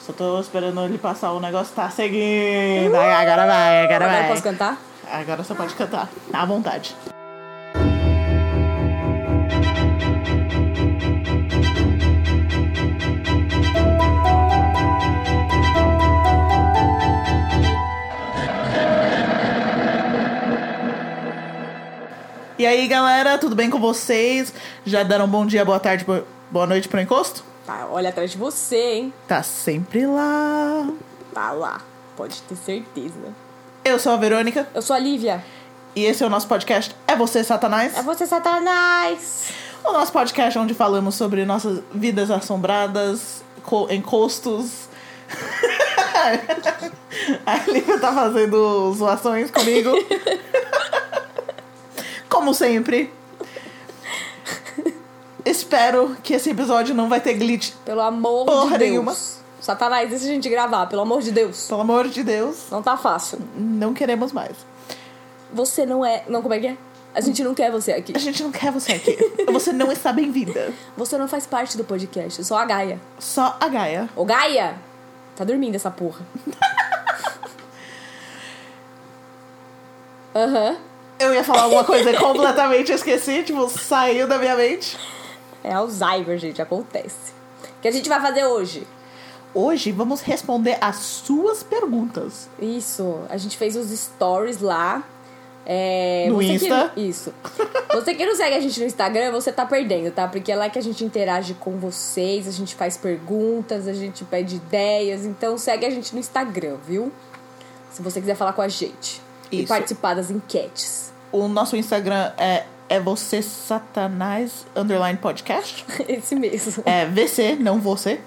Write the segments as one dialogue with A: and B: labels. A: Só tô esperando ele passar o negócio. Tá seguindo. Aí, agora vai, agora
B: Agora eu
A: vai.
B: posso cantar?
A: Agora você pode cantar. À vontade. E aí, galera, tudo bem com vocês? Já deram um bom dia, boa tarde, bo- boa noite pro encosto?
B: Tá, olha atrás de você, hein?
A: Tá sempre lá.
B: Tá lá. Pode ter certeza.
A: Eu sou a Verônica
B: Eu sou a Lívia.
A: e esse é o nosso podcast É Você, Satanás.
B: É você, Satanás!
A: O nosso podcast onde falamos sobre nossas vidas assombradas, co- encostos. A Lívia tá fazendo zoações comigo. Como sempre. Espero que esse episódio não vai ter glitch.
B: Pelo amor
A: Porra
B: de Deus.
A: nenhuma.
B: Satanás, deixa a gente gravar, pelo amor de Deus.
A: Pelo amor de Deus,
B: Não tá fácil.
A: não queremos mais.
B: Você não é. Não, como é que é? A gente não quer você aqui.
A: A gente não quer você aqui. Você não está bem-vinda.
B: Você não faz parte do podcast, só a Gaia.
A: Só a Gaia.
B: Ô, Gaia! Tá dormindo essa porra. Aham.
A: Eu ia falar alguma coisa e completamente esqueci, tipo, saiu da minha mente.
B: É Alzheimer, gente, acontece. O que a gente vai fazer hoje?
A: Hoje vamos responder as suas perguntas.
B: Isso, a gente fez os stories lá. É,
A: No
B: você
A: Insta.
B: Que, isso. Você que não segue a gente no Instagram, você tá perdendo, tá? Porque é lá que a gente interage com vocês, a gente faz perguntas, a gente pede ideias. Então segue a gente no Instagram, viu? Se você quiser falar com a gente. E
A: Isso.
B: participar das enquetes.
A: O nosso Instagram é é você satanás underline podcast.
B: Esse mesmo.
A: É VC, não você.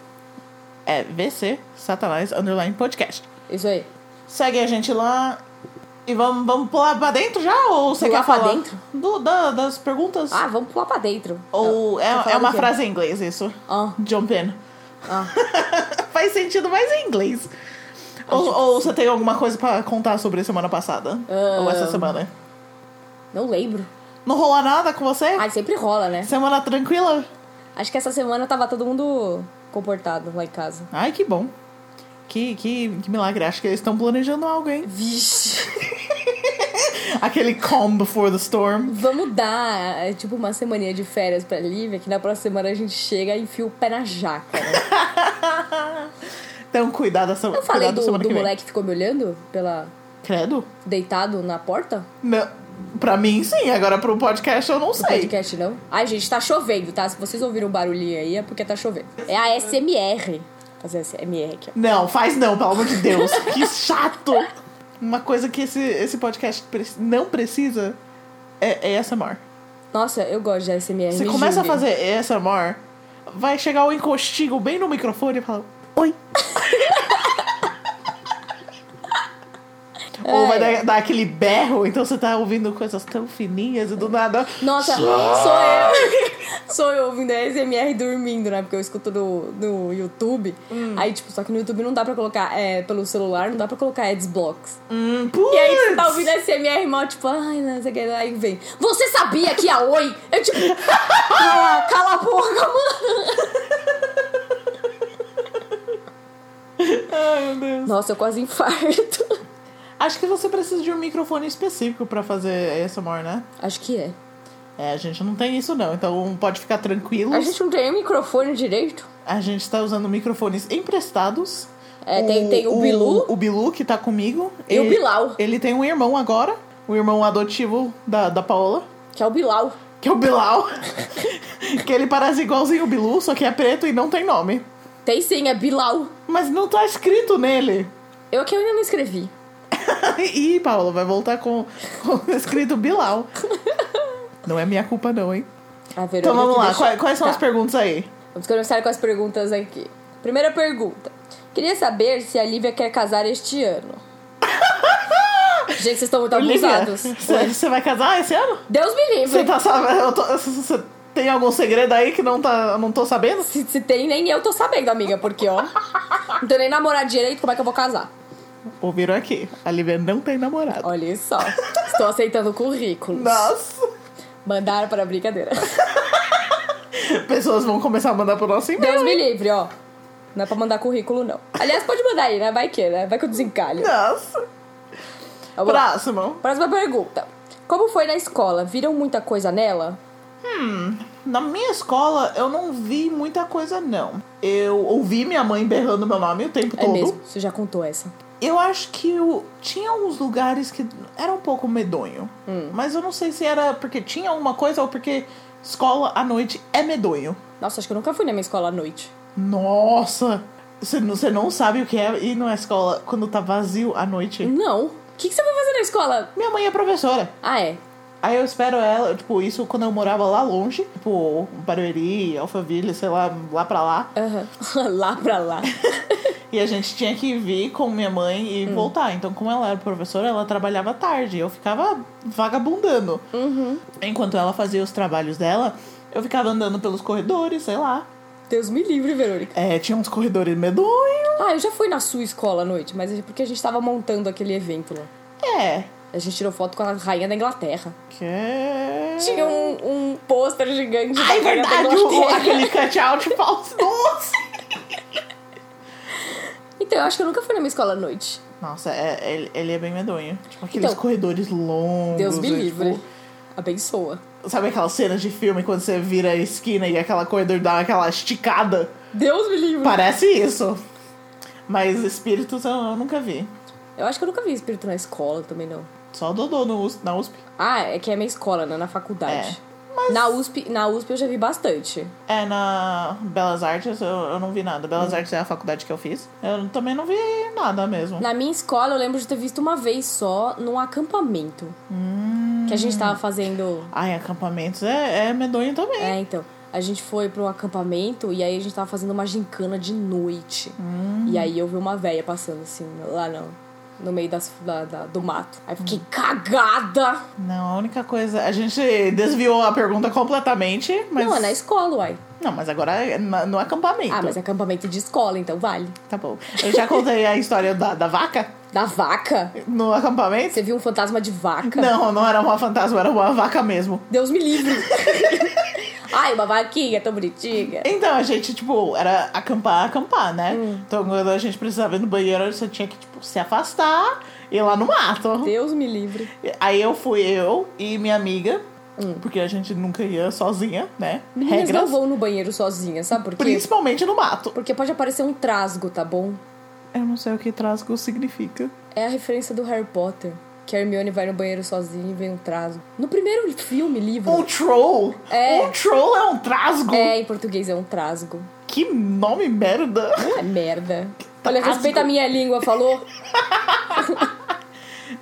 A: É VC satanás underline podcast.
B: Isso aí.
A: Segue a gente lá e vamos, vamos pular pra dentro já? Ou você
B: Pular
A: quer
B: pra
A: falar
B: dentro?
A: do- da- das perguntas?
B: Ah, vamos pular pra dentro.
A: Ou é,
B: Quer falar
A: é
B: do
A: uma
B: quê?
A: frase em inglês isso?
B: Ah,
A: Jump in.
B: ah.
A: Faz sentido mais em inglês. Ou, ou você tem alguma coisa pra contar sobre semana passada? Ou essa semana?
B: Não lembro.
A: Não rolou nada com você?
B: Ah, sempre rola, né?
A: Semana tranquila?
B: Acho que essa semana tava todo mundo comportado lá em casa.
A: Ai, que bom. Que, que, que milagre. Acho que eles estão planejando algo, hein?
B: Vixe!
A: Aquele calm before the storm.
B: Vamos dar, é, tipo, uma semaninha de férias pra Lívia, que na próxima semana a gente chega e enfia o pé na jaca. né?
A: Então, cuidado essa
B: Eu falei
A: cuidado
B: do,
A: semana
B: do
A: que vem.
B: moleque que ficou me olhando pela.
A: Credo?
B: deitado na porta?
A: Não. Pra mim, sim. Agora, pro podcast, eu não
B: No
A: sei.
B: podcast, não? Ai, gente, tá chovendo, tá? Se vocês ouviram o barulhinho aí, é porque tá chovendo. É a SMR. As SMR aqui, ó.
A: Não, faz não, pelo amor de Deus. que chato! Uma coisa que esse, esse podcast preci- não precisa é, é ASMR.
B: Nossa, eu gosto de SMR.
A: Você
B: me
A: começa a
B: julguem.
A: fazer ASMR, vai chegar o encostinho bem no microfone e fala: Oi. Ou vai
B: É.
A: dar, dar aquele berro, então você tá ouvindo coisas tão fininhas e do nada.
B: Nossa, sou eu. Sou eu ouvindo a SMR dormindo, né? Porque eu escuto no, no YouTube.
A: Hum.
B: Aí, tipo, só que no YouTube não dá pra colocar, é, pelo celular, não dá pra colocar ads blocks.
A: Hum,
B: E aí você tá
A: putz.
B: ouvindo a SMR mal, tipo, ai, não sei o que. Aí vem, você sabia que a Oi? Eu, tipo, cala, cala a boca, mano.
A: Ai, meu Deus.
B: Nossa, eu quase infarto.
A: Acho que você precisa de um microfone específico pra fazer ASMR, né?
B: Acho que é.
A: É, a gente não tem isso não, então pode ficar tranquilo.
B: A gente não tem nem microfone direito.
A: A gente tá usando microfones emprestados.
B: É, tem- tem o Bilu.
A: O, Bilu que tá comigo.
B: E o Bilau.
A: Ele tem um irmão agora, o irmão adotivo da, da Paola,
B: Que é o Bilal.
A: que é o Bilau. que ele parece igualzinho o Bilu, só que é preto e não tem nome.
B: Tem sim, é Bilal.
A: Mas não tá escrito nele.
B: Eu que eu ainda não escrevi.
A: Ih, Paola, vai voltar com, com escrito Bilau. Não é minha culpa não, hein?
B: A Verônica
A: Então vamos
B: que
A: lá,
B: deixou-
A: quais, quais são
B: Tá.
A: as perguntas aí?
B: Vamos começar com as perguntas aqui. Primeira pergunta. Queria saber se a Lívia quer casar este ano. Gente, vocês estão muito
A: Olivia,
B: abusados.
A: Você você vai casar esse ano?
B: Deus me
A: Você
B: livre.
A: tá sabendo? eu tô- Você tem algum segredo aí que não, tá, eu não tô sabendo?
B: Se, se tem, nem eu tô sabendo, amiga, porque ó. Não tenho nem namorado direito, como é que eu vou casar?
A: Ouviram aqui. A Lívia não tem namorado.
B: Olha só. Estou aceitando currículos.
A: Nossa!
B: Mandaram para brincadeira.
A: Pessoas vão começar a mandar pro nosso e-mail.
B: Deus me livre, ó. Não é pra mandar currículo, não. Aliás, pode mandar aí, né? Vai que, né? Vai que eu desencalho.
A: Nossa.
B: Tá Vamos lá.
A: Próximo.
B: Próxima pergunta. Como foi na escola? Viram muita coisa nela?
A: Na minha escola, eu não vi muita coisa, não. Eu ouvi minha mãe berrando meu nome o tempo
B: É
A: todo.
B: mesmo, você já contou essa.
A: Eu acho que eu, tinha uns lugares que era um pouco medonho.
B: Hum.
A: Mas eu não sei se era porque tinha alguma coisa ou porque escola à noite é medonho.
B: Nossa, acho que eu nunca fui na minha escola à noite.
A: Nossa! Você não, você não sabe o que é ir na escola quando tá vazio à noite.
B: Não. O que, que você foi fazer na escola?
A: Minha mãe é professora.
B: Ah, é.
A: Aí eu espero ela, tipo, isso quando eu morava lá longe. Tipo, Barueri, Alphaville, sei lá, lá pra lá.
B: Aham. lá pra lá.
A: E a gente tinha que vir com minha mãe
B: Hum.
A: e voltar. Então, como ela era professora, ela trabalhava tarde. Eu ficava vagabundando.
B: Uhum.
A: Enquanto ela fazia os trabalhos dela, eu ficava andando pelos corredores, sei lá.
B: Deus me livre, Verônica.
A: É, tinha uns corredores medonhos.
B: Ah, eu já fui na sua escola à noite, mas é porque a gente tava montando aquele evento lá.
A: É.
B: A gente tirou foto com a rainha da Inglaterra.
A: Que é.
B: Tinha um, um pôster gigante da
A: Ai, é
B: rainha da
A: verdade, o,
B: Inglaterra.
A: aquele cut-out falso. assim, Nossa!
B: Então, eu acho que eu nunca fui na minha escola à noite.
A: Nossa, é- ele, ele é bem medonho. Tipo, aqueles
B: Então,
A: corredores longos.
B: Deus me
A: é,
B: livre.
A: tipo,
B: Abençoa.
A: sabe aquelas cenas de filme quando você vira a esquina e aquela corredor dá aquela esticada?
B: Deus me livre.
A: Parece isso. Mas espíritos eu, eu nunca vi.
B: Eu acho que eu nunca vi espírito na escola também, não.
A: Só o Dodô no, Us- na USP.
B: Ah, é que é minha escola, né? Na faculdade.
A: É,
B: Na, USP, na USP eu já vi bastante.
A: É, na Belas Artes eu, eu não vi nada. Belas
B: Hum.
A: Artes é a faculdade que eu fiz. Eu também não vi nada mesmo.
B: Na minha escola eu lembro de ter visto uma vez só num acampamento.
A: Hum.
B: Que a gente tava fazendo.
A: Ai, acampamentos é, é medonho também.
B: É, então. A gente foi pro acampamento e aí a gente tava fazendo uma gincana de noite.
A: Hum.
B: E aí eu vi uma velha passando assim, lá no, no meio das, da- da- do mato. Aí eu fiquei cagada!
A: Não, a única coisa. A gente desviou a pergunta completamente, mas.
B: Não, é na escola, uai.
A: Não, mas agora é na- no acampamento.
B: Ah, mas é acampamento de escola, então vale.
A: Tá bom. Eu já contei a história da, da vaca
B: Da vaca?
A: no acampamento?
B: Você viu um fantasma de vaca?
A: Não, não era uma fantasma, era uma vaca mesmo.
B: Deus me livre! Ai, uma vaquinha tão bonitinha.
A: Então, a gente, tipo, era acampar, acampar, né?
B: Hum.
A: Então, quando a gente precisava ir no banheiro, você tinha que, tipo, se afastar e ir lá no mato.
B: Deus me livre.
A: Aí eu fui eu e minha amiga, porque a gente nunca ia sozinha, né?
B: Hum. Meninas não
A: Regras.
B: vão no banheiro sozinha, sabe por quê?
A: Principalmente no mato.
B: Porque pode aparecer um trasgo, tá bom?
A: Eu não sei o que trasgo significa.
B: É a referência do Harry Potter. Que a Hermione vai no banheiro sozinha e vem um trasgo. No primeiro filme, livro.
A: Um troll?
B: É.
A: Um troll é um trasgo?
B: É, em português é um trasgo.
A: Que nome merda!
B: É merda. Olha,
A: Tá trasgo.
B: respeita a minha língua, falou?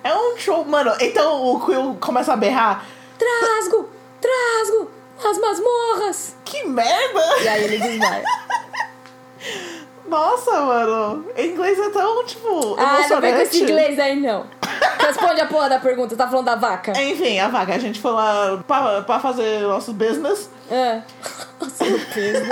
A: É um troll, mano. Então o Quill começa a berrar.
B: Trasgo! Trasgo! As masmorras!
A: Que merda!
B: E aí ele desmaia.
A: Nossa, mano. Em inglês é tão, tipo,
B: Ah, não vem com esse
A: emocionante.
B: inglês aí, não. Responde a porra da pergunta, tá falando da vaca.
A: Enfim, a vaca, a gente foi lá pra, pra fazer nosso business,
B: Ah. Nossa, meu peso.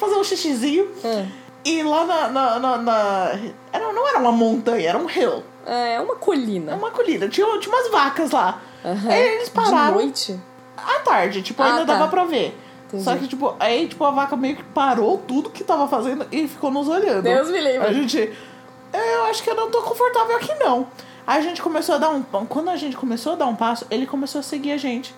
A: fazer um xixizinho.
B: Ah.
A: E lá na. na, na- na- era, não era uma montanha, era um hill.
B: É uma colina.
A: Era uma colina. Tinha, tinha umas vacas lá.
B: Aham.
A: Aí É, eles
B: De
A: pararam
B: noite?
A: à tarde, tipo,
B: Ah,
A: ainda
B: tá.
A: dava pra ver.
B: Entendi.
A: Só que, tipo, aí, tipo, a vaca meio que parou tudo que tava fazendo e ficou nos olhando.
B: Deus me livre.
A: A gente. Eu acho que eu não tô confortável aqui, não. Aí a gente começou a dar um. Quando a gente começou a dar um passo, ele começou a seguir a gente.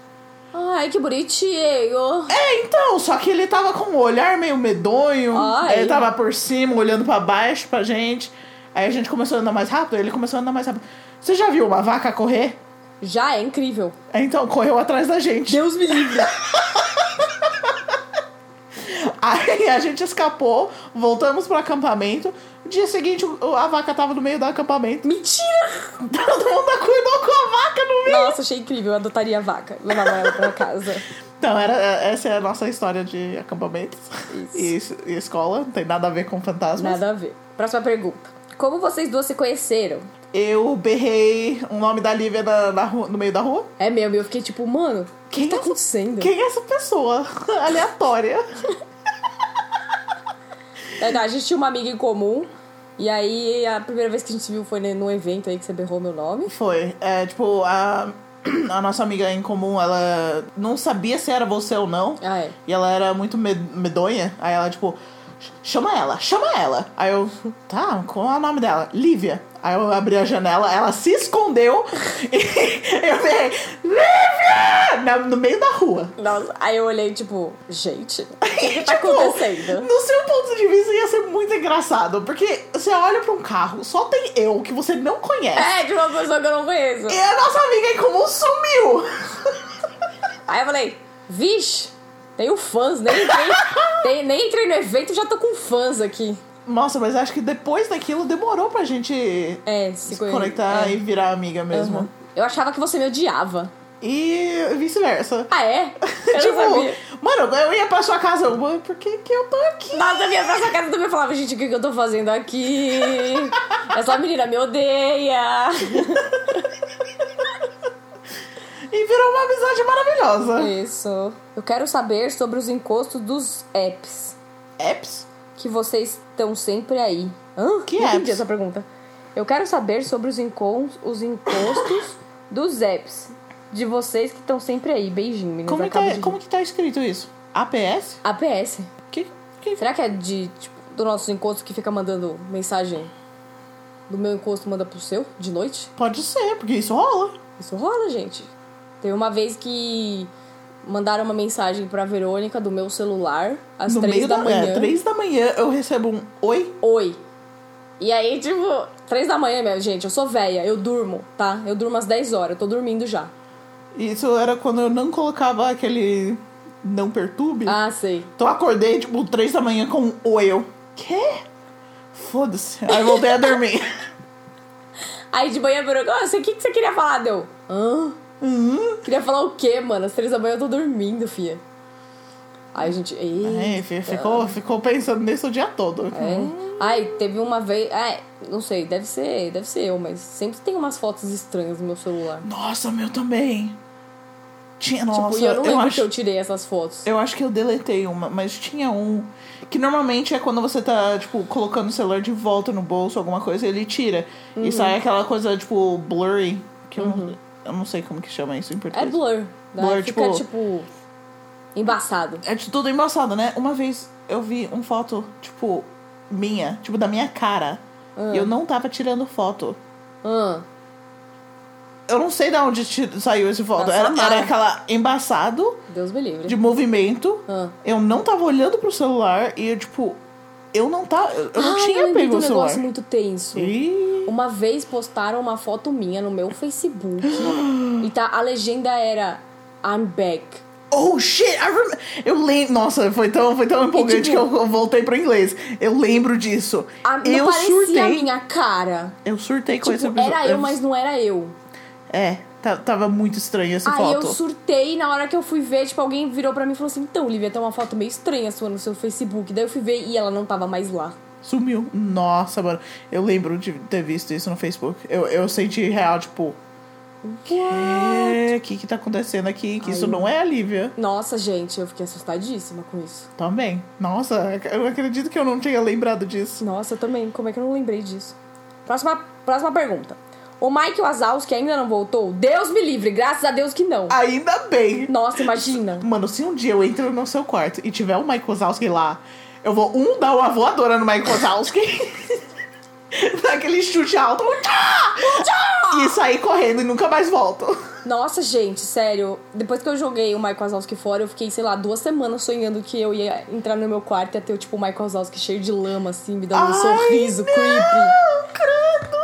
B: Ai, que bonitinho.
A: É, então, só que ele tava com o olhar meio medonho.
B: Ai.
A: Ele tava por cima, olhando pra baixo pra gente. Aí a gente começou a andar mais rápido, ele começou a andar mais rápido. Você já viu uma vaca correr?
B: Já é incrível.
A: Então, correu atrás da gente.
B: Deus me livre.
A: Aí a gente escapou, voltamos pro acampamento. No dia seguinte, o- a vaca tava no meio do acampamento.
B: Mentira!
A: Todo mundo acordou com a vaca no meio.
B: Nossa, achei incrível. Eu adotaria a vaca. Levava ela pra casa.
A: Então, era, essa é a nossa história de acampamentos e, es- e escola. Não tem nada a ver com fantasmas.
B: Nada a ver. Próxima pergunta. Como vocês duas se conheceram?
A: Eu berrei o nome da Lívia na, na rua- no meio da rua.
B: É mesmo, eu fiquei tipo, mano, o que
A: Quem
B: tá
A: é essa-
B: acontecendo?
A: Quem é essa pessoa? Aleatória.
B: É, não, a gente tinha uma amiga em comum. E aí, a primeira vez que a gente se viu foi ne- num evento aí que você berrou meu nome.
A: Foi. É, tipo, a, a nossa amiga em comum, ela não sabia se era você ou não.
B: Ah, é.
A: E ela era muito med- medonha. Aí ela, tipo, chama ela, chama ela. Aí eu, tá, qual é o nome dela? Lívia. Aí eu abri a janela, ela se escondeu e eu falei, Lívia! Na- no meio da rua.
B: Nossa, aí eu olhei, tipo, gente, o que, que tá
A: Tipo,
B: acontecendo?
A: No seu ponto de vista ia ser muito engraçado, porque você olha pra um carro, só tem eu que você não conhece.
B: É, de uma pessoa que eu não conheço.
A: E a nossa amiga em comum sumiu.
B: Aí eu falei, vixe, tenho fãs, nem entrei, tem- nem entrei no evento, já tô com fãs aqui.
A: Nossa, mas acho que depois daquilo demorou pra gente
B: É, se
A: se
B: conhe-
A: conectar
B: é,
A: e virar amiga tá mesmo.
B: aham. Eu achava que você me odiava.
A: E vice-versa.
B: Ah, é? Eu
A: tipo,
B: não sabia.
A: mano, eu ia pra sua casa, eu, mano, por que que eu tô aqui?
B: Nossa, eu ia pra sua casa também e falava, gente, o que, que eu tô fazendo aqui? Essa menina me odeia.
A: Tipo, E virou uma amizade maravilhosa.
B: Isso. Eu quero saber sobre os encostos dos apps.
A: Apps?
B: que vocês estão sempre aí. Hã?
A: Que
B: Não
A: apps?
B: entendi essa pergunta. Eu quero saber sobre os, encon os encostos dos apps. De vocês que estão sempre aí. Beijinho, meninas.
A: Como que,
B: Acabo
A: tá,
B: de...
A: como que tá escrito isso? APS?
B: APS.
A: Que, que...
B: Será que é de, tipo, do nosso encosto que fica mandando mensagem? Do meu encosto manda pro seu, de noite?
A: Pode ser, porque isso rola.
B: Isso rola, gente. Teve uma vez que mandaram uma mensagem pra Verônica do meu celular às
A: no
B: três
A: meio
B: da manhã.
A: É, três da manhã eu recebo um oi.
B: Oi. E aí, tipo, três da manhã, minha gente, eu sou velha, eu durmo, tá? Eu durmo às 10 horas, eu tô dormindo já.
A: Isso era quando eu não colocava aquele não perturbe.
B: Ah, sei.
A: Então eu acordei, tipo, três da manhã com um oi. Eu, quê? Foda-se. Aí eu voltei a dormir.
B: Aí de manhã virou, ah, você- o que, que você queria falar? Deu, hã? Queria falar o quê, mano? Às três da manhã eu tô dormindo, fia. Aí, gente, ei.
A: Aí, fi- ficou, ficou pensando nisso o dia todo.
B: É. Ai, teve uma vez. Ai, não sei, deve ser, deve ser eu, mas sempre tem umas fotos estranhas no meu celular.
A: Nossa, meu também. Tinha, nossa,
B: tipo, e eu não
A: eu,
B: lembro que
A: acho,
B: eu tirei essas fotos.
A: eu acho que eu deletei uma, mas tinha um. Que normalmente é quando você tá, tipo, colocando o celular de volta no bolso, alguma coisa, ele tira.
B: Uhum.
A: E sai aquela coisa, tipo, blurry. Que eu, não, eu não sei como que chama isso em
B: É
A: português.
B: blur. Né?
A: Blur,
B: Fica,
A: tipo-
B: tipo, embaçado.
A: É de tudo embaçado, né? Uma vez eu vi uma foto, tipo, minha, tipo, da minha cara. E
B: Ah.
A: eu não tava tirando foto.
B: Hum.
A: Eu não sei de onde ti- saiu esse foto.
B: Da
A: Era,
B: Samara.
A: era aquela embaçado,
B: Deus me livre.
A: de movimento.
B: Ah.
A: Eu não tava olhando pro celular e eu, tipo, eu não tava. Eu eu não
B: Ai,
A: tinha
B: eu lembrei de
A: pego
B: um
A: o celular.
B: negócio muito tenso.
A: Ih,
B: Uma vez postaram uma foto minha no meu Facebook. e tá, a legenda era I'm back.
A: Oh shit! I rem- Eu lembro. Nossa, foi tão, foi tão empolgante
B: tipo-
A: que eu voltei pro inglês. Eu lembro disso.
B: A- não
A: eu
B: parecia a
A: surtei.
B: minha cara.
A: Eu surtei com esse
B: Tipo,
A: episódio.
B: era eu, mas não era eu.
A: É, tá- tava muito estranho essa
B: Aí eu
A: foto.
B: surtei e na hora que eu fui ver, tipo, alguém virou pra mim e falou assim: Então, Lívia, tem uma foto meio estranha sua no seu Facebook. Daí eu fui ver e ela não tava mais lá.
A: Sumiu. Nossa, mano. Eu lembro de ter visto isso no Facebook. Eu, eu senti real, tipo. É, o que que tá acontecendo aqui? Que isso
B: Ai.
A: não é a Lívia.
B: Nossa, gente, eu fiquei assustadíssima com isso.
A: Também. Nossa, eu acredito que eu não tinha lembrado disso.
B: Nossa, eu também. Como é que eu não lembrei disso? Próxima, próxima pergunta. O Mike Wazowski ainda não voltou? Deus me livre, graças a Deus que não.
A: Ainda bem.
B: Nossa, imagina.
A: Mano, se um dia eu entro no seu quarto e tiver o Mike Wazowski lá, eu vou, um, dar uma voadora no Mike Wazowski. Daquele chute alto. um tchá! E sair correndo e nunca mais volto.
B: Nossa, gente, sério. Depois que eu joguei o Mike Wazowski fora, eu fiquei, sei lá, duas semanas sonhando que eu ia entrar no meu quarto e ia ter, tipo, o Mike Wazowski cheio de lama, assim, me dando um
A: Ai,
B: sorriso
A: não,
B: creepy.
A: credo!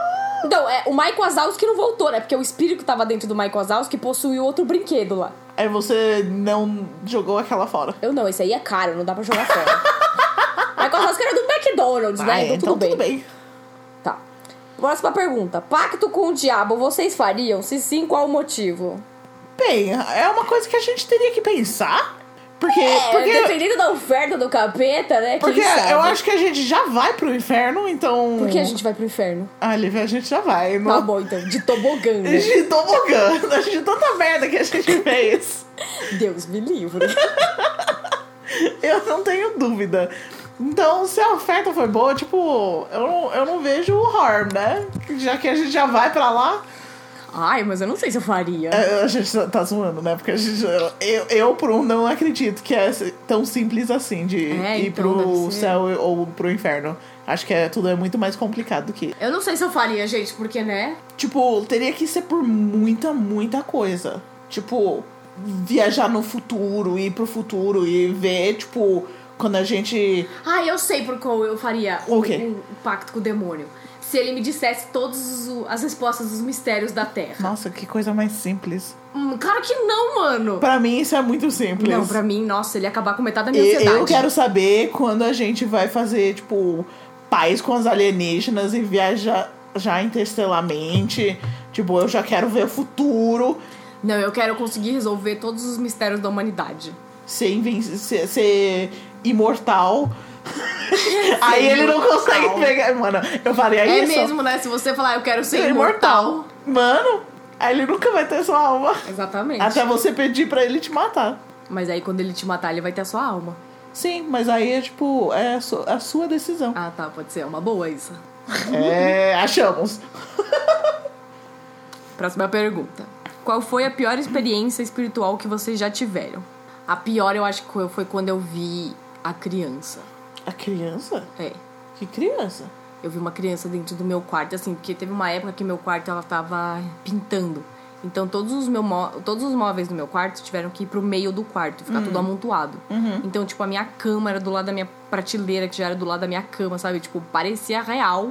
B: Então, é, o Mike Wazowski não voltou, né? Porque o espírito que tava dentro do Mike Wazowski possuiu outro brinquedo lá.
A: Aí você não jogou aquela fora.
B: Eu não, esse aí é caro, não dá pra jogar fora. Mike Wazowski era do McDonald's, né?
A: Ah,
B: Então, tudo bem.
A: tudo bem.
B: Tá. Próxima pergunta. Pacto com o diabo, vocês fariam? Se sim, qual o motivo?
A: Bem, é uma coisa que a gente teria que pensar. Porque,
B: É,
A: porque,
B: dependendo da oferta do capeta, né?
A: porque
B: quem sabe?
A: eu acho que a gente já vai pro inferno, então.
B: Porque a gente vai pro inferno.
A: Ah, Lívia, a gente já vai.
B: Tá
A: Não...
B: bom, então. De tobogã.
A: A
B: né?
A: gente tobogã, a gente tanta merda que a gente fez.
B: Deus me livre.
A: Eu não tenho dúvida. Então, se a oferta foi boa, tipo, eu não, eu não vejo o harm, né? Já que a gente já vai pra lá.
B: Ai, mas eu não sei se eu faria.
A: É, A gente tá zoando, né? Porque a gente, eu, eu, por um, não acredito que é tão simples assim de
B: É,
A: ir
B: então,
A: pro
B: deve ser.
A: céu ou pro inferno. Acho que é, tudo é muito mais complicado que.
B: Eu não sei se eu faria, gente, porque, né?
A: Tipo, teria que ser por muita, muita coisa. Tipo, viajar no futuro, ir pro futuro e ver, tipo, quando a gente.
B: Ai, eu sei por qual eu faria o
A: O quê?
B: um pacto com o demônio. Se ele me dissesse todas os- as respostas dos mistérios da Terra.
A: Nossa, que coisa mais simples.
B: Hum, claro que não, mano!
A: Pra mim, isso é muito simples.
B: Não, pra mim, nossa, ele ia acabar com metade da minha
A: E-
B: ansiedade.
A: Eu quero saber quando a gente vai fazer, tipo, paz com as alienígenas e viajar já interstellarmente. Tipo, eu já quero ver o futuro,
B: Não, eu quero conseguir resolver todos os mistérios da humanidade.
A: ser, invin- ser, ser imortal. Aí ele não
B: imortal.
A: consegue pegar. Mano, eu falei, é,
B: É
A: isso.
B: mesmo, né? Se você falar, eu quero ser,
A: Ser
B: imortal.
A: imortal. é Mano, aí ele nunca vai ter sua alma.
B: Exatamente.
A: Até você pedir pra ele te matar.
B: Mas aí quando ele te matar, ele vai ter a sua alma.
A: Sim, mas aí é tipo, é a su- a sua decisão.
B: Ah, tá, pode ser. É uma boa isso. Uhum.
A: É, achamos.
B: Próxima pergunta. Qual foi a pior experiência espiritual que vocês já tiveram? A pior, eu acho que foi quando eu vi a criança.
A: A criança?
B: É.
A: Que criança?
B: Eu vi uma criança dentro do meu quarto, assim, porque teve uma época que meu quarto ela tava pintando. Então todos os, meu mó- todos os móveis do meu quarto tiveram que ir pro meio do quarto, ficar tudo amontoado. Então, tipo, a minha cama era do lado da minha prateleira, que já era do lado da minha cama, sabe? Tipo, parecia real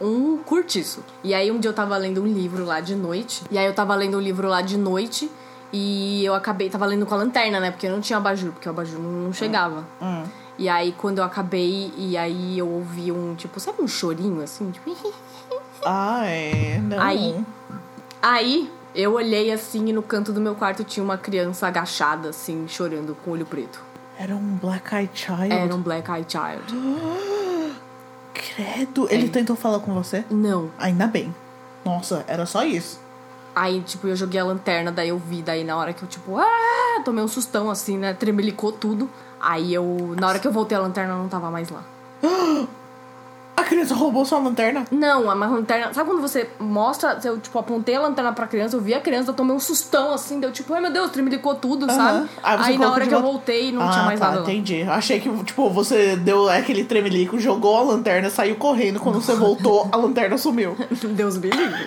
B: um curtiço. E aí um dia eu tava lendo um livro lá de noite. E aí eu tava lendo um livro lá de noite. E eu acabei, tava lendo com a lanterna, né? Porque eu não tinha abajur, porque o abajur não não chegava. E aí quando eu acabei, e aí eu ouvi um, tipo, sabe um chorinho assim? Tipo,
A: Ai, Ah, é, não.
B: Aí. aí eu olhei assim e no canto do meu quarto tinha uma criança agachada, assim, chorando com o olho preto.
A: Era um Black Eyed Child.
B: Era um Black Eye Child.
A: Credo.
B: É.
A: Ele tentou falar com você?
B: Não.
A: Ainda bem. Nossa, era só isso.
B: Aí, tipo, eu joguei a lanterna, daí eu vi, daí na hora que eu, tipo, ah, tomei um sustão assim, né? Tremelicou tudo. Aí eu, na hora que eu voltei a lanterna, não tava mais lá.
A: A criança roubou sua lanterna?
B: Não, a minha lanterna. Sabe quando você mostra, eu, tipo, apontei a lanterna pra criança, eu vi a criança, eu tomei um sustão assim, deu tipo, ai meu Deus, tremelicou tudo, sabe?
A: Aham. Aí você
B: Aí na
A: colocou
B: hora
A: de
B: que eu
A: volta.
B: voltei, não
A: ah,
B: tinha mais
A: tá,
B: nada lá.
A: entendi. Achei que, tipo, você deu aquele tremelico, jogou a lanterna, saiu correndo. Quando você voltou, a lanterna sumiu.
B: Deus me livre.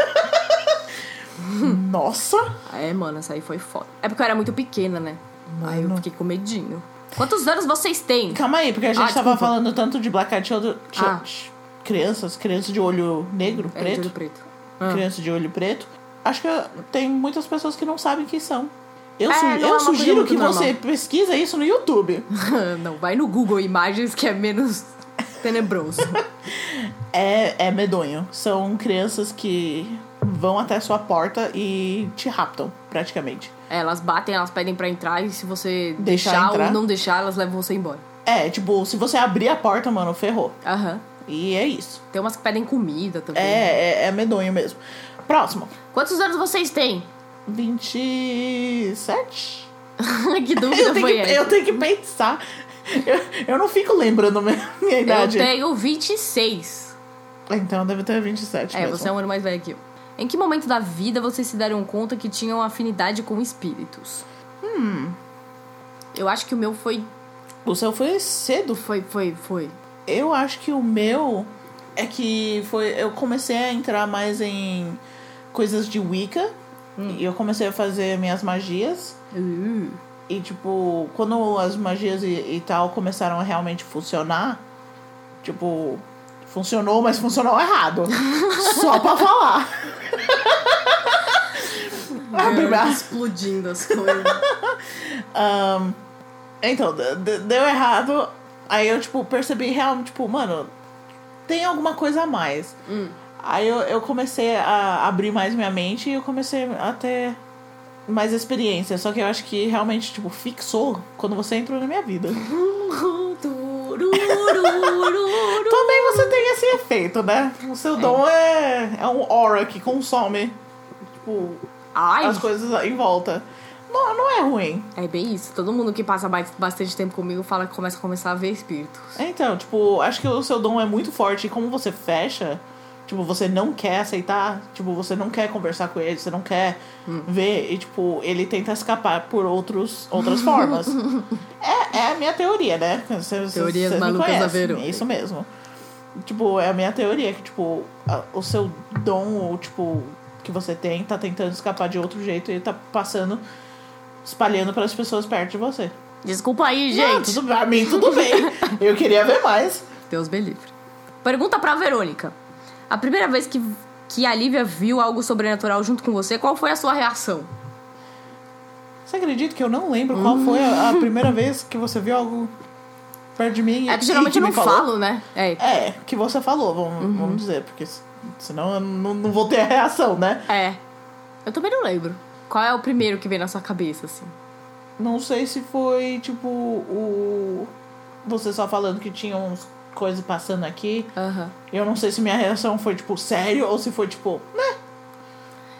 A: Nossa.
B: É, mano, essa aí foi foda. É porque eu era muito pequena, né? Aí eu
A: Mano.
B: fiquei com medinho. Quantos anos vocês têm?
A: Calma aí, porque a gente
B: Ah,
A: tava
B: desculpa.
A: falando tanto de Black Eyed Child.
B: Ah.
A: Ch- Crianças, crianças de olho negro,
B: É, de
A: preto.
B: olho preto. Ah.
A: criança de olho preto, acho que tem muitas pessoas que não sabem quem são. Eu,
B: É,
A: su-
B: não é
A: eu
B: uma coisa
A: sugiro
B: muito
A: que você
B: normal.
A: pesquisa isso no YouTube.
B: Não, vai no Google Imagens que é menos tenebroso.
A: É, é medonho. São crianças que vão até sua porta e te raptam, praticamente.
B: É, elas batem, elas pedem pra entrar e se você
A: Deixar
B: deixar, ou
A: entrar?
B: não deixar, elas levam você embora.
A: É, tipo, se você abrir a porta, mano, ferrou.
B: Aham.
A: E é isso.
B: Tem umas que pedem comida também.
A: É, é, é medonho mesmo. Próximo.
B: Quantos anos vocês têm?
A: 27?
B: que dúvida
A: Eu tenho,
B: foi
A: que,
B: essa?
A: eu tenho que pensar. Eu, eu não fico lembrando minha, minha idade.
B: tenho 26.
A: Então eu devo ter 27
B: É,
A: mesmo.
B: você é um ano mais velho que eu. Em que momento da vida vocês se deram conta que tinham afinidade com espíritos? Hum. Eu acho que o meu foi. um
A: O seu foi cedo,
B: Foi, foi, foi.
A: Eu acho que o meu é que foi. Eu comecei a entrar mais em coisas de Wicca. E eu comecei a fazer minhas magias.
B: Uh,
A: E, tipo, quando as magias e, e tal começaram a realmente funcionar, tipo, funcionou, mas funcionou errado. Só pra falar. A primeira-
B: explodindo as coisas.
A: Ahn, então, de- de- deu errado. Aí eu, tipo, percebi realmente, tipo, mano, tem alguma coisa a mais. Aí eu, eu comecei a abrir mais minha mente e eu comecei a ter mais experiência. Só que eu acho que realmente, tipo, fixou quando você entrou na minha vida.
B: Tururururu.
A: Também você tem esse efeito, né? O seu dom é, é um aura que consome, tipo,
B: Ai,
A: as coisas em volta. Não, não é ruim.
B: é bem isso. Todo mundo que passa ba- bastante tempo comigo fala que começa a começar a ver espíritos.
A: é Então, tipo, acho que o seu dom é muito forte e como você fecha, Tipo, você não quer aceitar, tipo, você não quer conversar com ele, você não quer
B: Hum.
A: ver, e tipo, ele tenta escapar por outros, outras formas. É, é a minha teoria, né? Cê, cê-
B: Teorias
A: cê me
B: malucas da
A: conhece,
B: Verônica.
A: É isso mesmo. Tipo, é a minha teoria que, tipo, a- o seu dom, ou tipo, que você tem, tá tentando escapar de outro jeito e tá passando, espalhando para as pessoas perto de você.
B: Desculpa aí,
A: Não,
B: gente.
A: tudo, pra mim tudo bem. Eu queria ver mais.
B: Deus me livre. Pergunta pra Verônica. A primeira vez que, que a Lívia viu algo sobrenatural junto com você, qual foi a sua reação?
A: Você acredita que eu não lembro qual foi a, a primeira vez que você viu algo perto de mim?
B: É
A: e-
B: que geralmente
A: e
B: eu não
A: me falou?
B: falo, Uhum. né? É.
A: É, que você falou, vamos, vamos dizer, porque s- senão eu não, não vou ter a reação, né?
B: É. Eu também não lembro. Qual é o primeiro que vem na sua cabeça, assim?
A: Não sei se foi, tipo, o. Você só falando que tinha uns coisas passando aqui.
B: Aham.
A: Eu não sei se minha reação foi, tipo, sério ou se foi, tipo, né?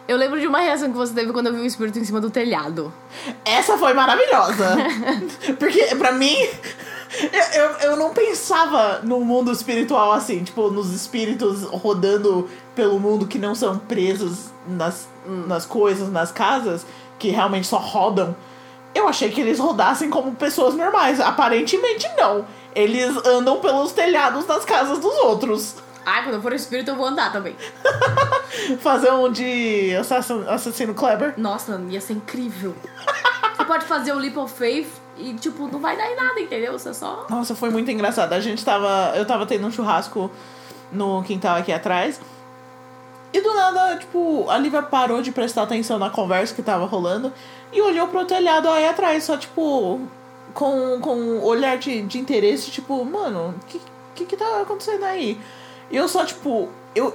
B: Eu lembro de uma reação que você teve quando eu vi o espírito em cima do telhado.
A: Essa foi maravilhosa. Porque, pra mim, eu, eu, eu não pensava no mundo espiritual assim, tipo, nos espíritos rodando pelo mundo que não são presos nas, nas coisas, nas casas, que realmente só rodam. Eu achei que eles rodassem como pessoas normais. Aparentemente, não. Eles andam pelos telhados das casas dos outros.
B: Ah, quando eu for espírito eu vou andar também.
A: Fazer um de assassino, assassino Kleber.
B: Nossa, ia ser incrível. você pode fazer o leap of faith e, tipo, não vai dar em nada, entendeu? Você só...
A: Nossa, foi muito engraçado. A gente tava. Eu tava tendo um churrasco no quintal aqui atrás. E do nada, tipo, a Lívia parou de prestar atenção na conversa que tava rolando e olhou pro telhado aí atrás, só tipo. Com, com um olhar de, de interesse, tipo, mano, o que, que que tá acontecendo aí? E eu só, tipo, eu,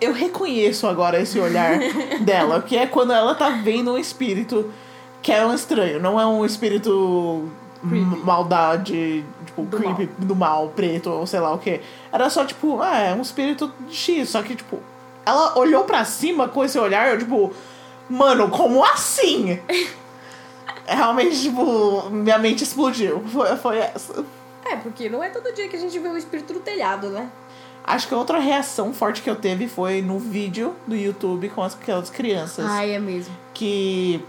A: eu reconheço agora esse olhar dela, que é quando ela tá vendo um espírito que é um estranho, não é um espírito
B: Creepy.
A: maldade, tipo,
B: Do
A: creepy do mal, preto, ou sei lá o que. Era só, tipo, ah, é um espírito X. Só que, tipo, ela olhou pra cima com esse olhar, eu, tipo, mano, como assim? É, Realmente, tipo, minha mente explodiu. Foi, foi essa.
C: É, porque não é todo dia que a gente vê o espírito do telhado, né?
A: Acho que outra reação forte que eu teve foi no vídeo do YouTube com as- aquelas crianças.
B: Ai, é mesmo.
A: que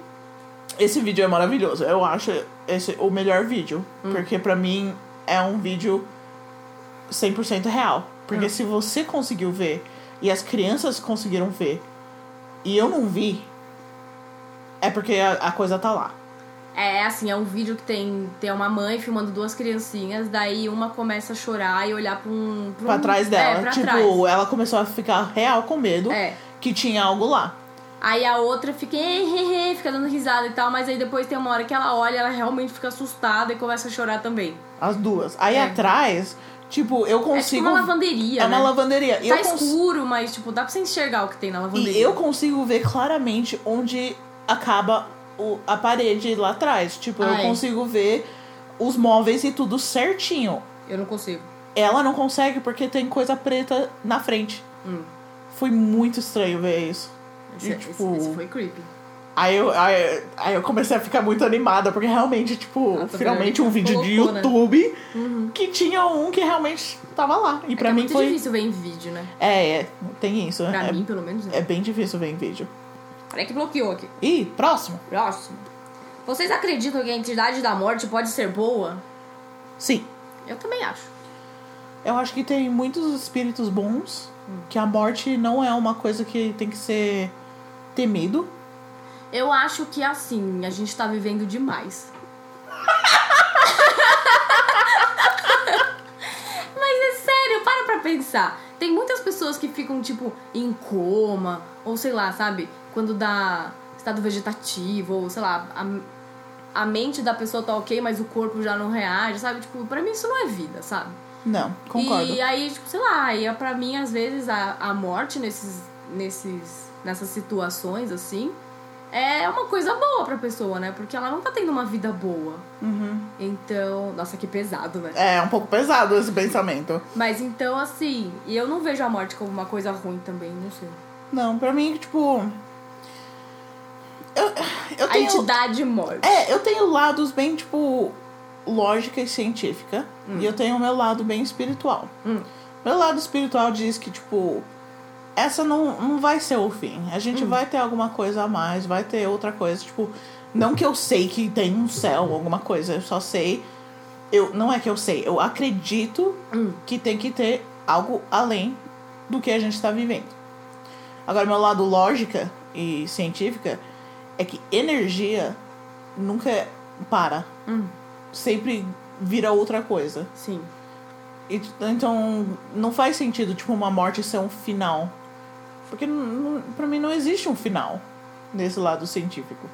A: esse vídeo é maravilhoso. Eu acho esse o melhor vídeo,
B: Hum.
A: porque pra mim é um vídeo 100% real. Porque
B: Hum.
A: se você conseguiu ver e as crianças conseguiram ver e eu não vi, é porque a, a coisa tá lá.
B: É assim, é um vídeo que tem, tem uma mãe filmando duas criancinhas, daí uma começa a chorar e olhar pra um. Pra,
A: Pra
B: um-
A: trás dela.
B: É, pra
A: tipo,
B: trás.
A: ela começou a ficar real com medo
B: É.
A: que tinha algo lá.
B: Aí a outra fica, "Eh, eh, eh", fica dando risada e tal, mas aí depois tem uma hora que ela olha, ela realmente fica assustada e começa a chorar também.
A: As duas. Aí
B: É.
A: atrás, tipo, eu
B: É tipo
A: consigo.
B: uma lavanderia.
A: é uma
B: né?
A: lavanderia.
B: Tá
A: eu cons-
B: escuro, mas tipo, dá pra você enxergar o que tem na lavanderia.
A: E eu consigo ver claramente onde acaba o, a parede lá atrás. Tipo,
B: Ah, é.
A: eu consigo ver os móveis e tudo certinho.
B: Eu não consigo.
A: Ela não consegue porque tem coisa preta na frente.
B: Hum.
A: Foi muito estranho ver isso.
B: Esse,
A: E, tipo,
B: esse- esse foi creepy.
A: Aí eu, aí, aí eu comecei a ficar muito animada, porque realmente, tipo,
B: Nossa,
A: finalmente um vídeo de
B: colocou, né?
A: YouTube que tinha um que realmente tava lá. E pra mim
B: Uhum. é que é muito
A: foi.
B: difícil ver em vídeo, né?
A: É, é, tem isso.
B: Pra
A: é,
B: mim, pelo menos. né?
A: é bem difícil ver em vídeo.
B: Peraí que bloqueou aqui.
A: Ih, próximo?
B: Próximo. Vocês acreditam que a entidade da morte pode ser boa?
A: Sim.
B: Eu também acho.
A: Eu acho que tem muitos espíritos bons, que a morte não é uma coisa que tem que ser temido.
B: Eu acho que assim, a gente tá vivendo demais. Mas é sério, para pra pensar. Tem muitas pessoas que ficam, tipo, em coma, ou sei lá, sabe? Quando dá estado vegetativo, ou sei lá, a, a mente da pessoa tá ok, mas o corpo já não reage, sabe? Tipo, pra mim isso não é vida, sabe?
A: Não, concordo.
B: E aí, tipo, sei lá, e é pra mim, às vezes, a, a morte nesses, nesses, nessas situações, assim, é uma coisa boa pra pessoa, né? Porque ela não tá tendo uma vida boa.
A: Uhum.
B: Então. Nossa, que pesado, né?
A: É, é um pouco pesado esse pensamento.
B: Mas então, assim, e eu não vejo a morte como uma coisa ruim também, não sei.
A: Não, pra mim, tipo. Eu, eu
B: A
A: tenho.
B: entidade morte.
A: É, eu tenho lados bem, tipo, lógica e científica. E eu tenho o meu lado bem espiritual.
B: Hum.
A: Meu lado espiritual diz que, tipo, essa não, não vai ser o fim. A gente vai ter alguma coisa a mais, vai ter outra coisa. Tipo, não que eu sei que tem um céu, alguma coisa, eu só sei. Eu, não é que eu sei, eu acredito que tem que ter algo além do que a gente tá vivendo. Agora, meu lado lógica e científica é que energia nunca para. Sempre vira outra coisa.
B: Sim.
A: E, então, não faz sentido, tipo, uma morte ser um final. Porque n- n- pra mim não existe um final nesse lado científico.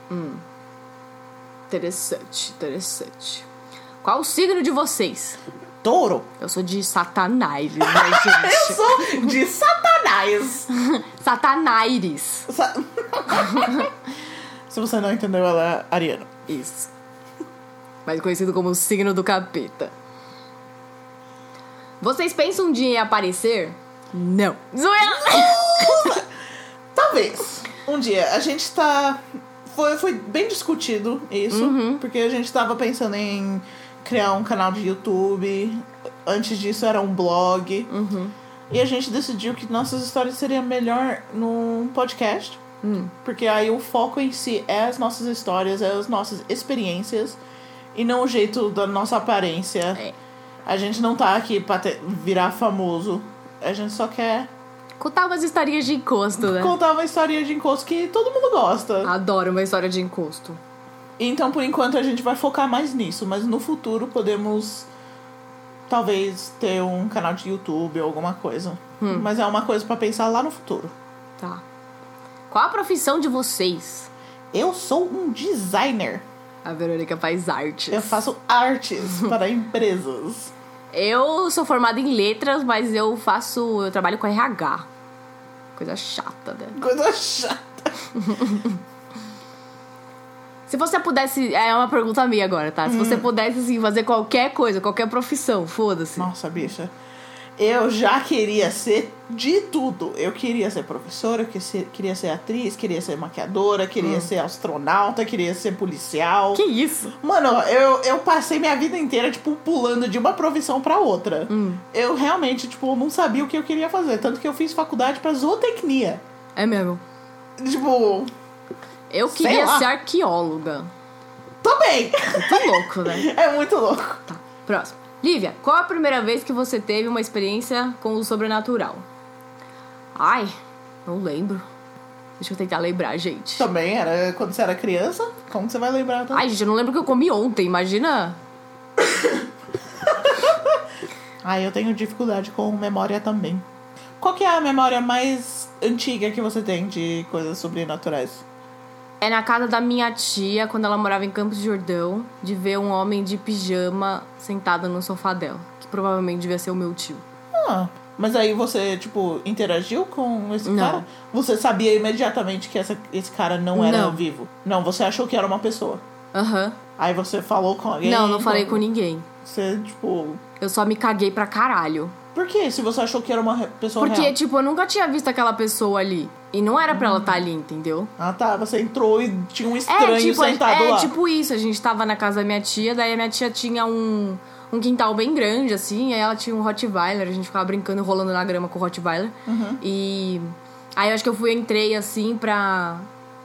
B: Interessante, interessante. Qual o signo de vocês?
A: Touro! tipo,
B: Eu sou de Satanaires, né, gente?
A: Sou de Satanás!
B: Satanaires.
A: Sa- Se você não entendeu, ela é ariana.
B: Isso. Mais conhecido como o signo do capeta. Vocês pensam de aparecer? Não. Zoeira!
A: Talvez. Um dia. A gente tá. Foi, foi bem discutido isso, porque a gente tava pensando em criar um canal de YouTube. Antes disso era um blog. E a gente decidiu que nossas histórias seriam melhor num podcast. Porque aí o foco em si é as nossas histórias, é as nossas experiências. E não o jeito da nossa aparência.
B: É.
A: A gente não tá aqui pra ter- virar famoso. A gente só quer
B: Contar umas historinhas de encosto, né?
A: contar uma historinha de encosto que todo mundo gosta.
B: Adoro uma história de encosto.
A: Então, por enquanto, a gente vai focar mais nisso, mas no futuro podemos talvez ter um canal de YouTube ou alguma coisa. Mas é uma coisa pra pensar lá no futuro.
B: Tá. Qual a profissão de vocês?
A: Eu sou um designer.
B: A Verônica faz artes.
A: Eu faço artes para empresas.
B: Eu sou formada em letras, mas eu faço. Eu trabalho com RH. Coisa chata, né?
A: Coisa chata.
B: Se você pudesse. É uma pergunta minha agora, tá? Se você pudesse, assim, fazer qualquer coisa, qualquer profissão, foda-se.
A: Nossa, bicha. Eu já queria ser de tudo. Eu queria ser professora, eu queria ser- queria ser atriz, queria ser maquiadora, queria ser astronauta, queria ser policial.
B: Que isso?
A: Mano, eu, eu passei minha vida inteira, tipo, pulando de uma profissão pra outra. Eu realmente, tipo, não sabia o que eu queria fazer. Tanto que eu fiz faculdade pra zootecnia.
B: É mesmo.
A: Tipo,
B: Eu
A: Sei
B: queria
A: lá.
B: ser arqueóloga.
A: também!
B: Muito louco, né?
A: é muito louco.
B: Tá. Próximo. Lívia, qual a primeira vez que você teve uma experiência com o sobrenatural? Ai, não lembro. Deixa eu tentar lembrar, gente.
A: Também era quando você era criança. Como que você vai lembrar? Tá?
B: Ai, gente, eu não lembro o que eu comi ontem, imagina.
A: Ai, eu tenho dificuldade com memória também. Qual que é a memória mais antiga que você tem de coisas sobrenaturais?
B: É na casa da minha tia, quando ela morava em Campos de Jordão, de ver um homem de pijama sentado no sofá dela, que provavelmente devia ser o meu tio.
A: Ah, mas aí você, tipo, interagiu com esse
B: Não.
A: cara? Você sabia imediatamente que essa, esse cara não era
B: Não.
A: vivo? Não, você achou que era uma pessoa.
B: Aham.
A: Aí você falou com alguém?
B: Não, não falei com
A: então
B: ninguém.
A: Você, tipo...
B: Eu só me caguei pra caralho.
A: Por quê? Se você achou que era uma re- pessoa
B: Porque,
A: real.
B: tipo, eu nunca tinha visto aquela pessoa ali. E não era pra ela estar ali, entendeu?
A: Ah, tá. Você entrou e tinha um
B: tipo- É,
A: estranho
B: tipo,
A: sentado
B: é
A: lá.
B: tipo isso. A gente tava na casa da minha tia, daí a minha tia tinha um, um quintal bem grande, assim, aí ela tinha um Rottweiler, a gente ficava brincando, rolando na grama com o Rottweiler. E aí eu acho que eu fui, entrei assim pra.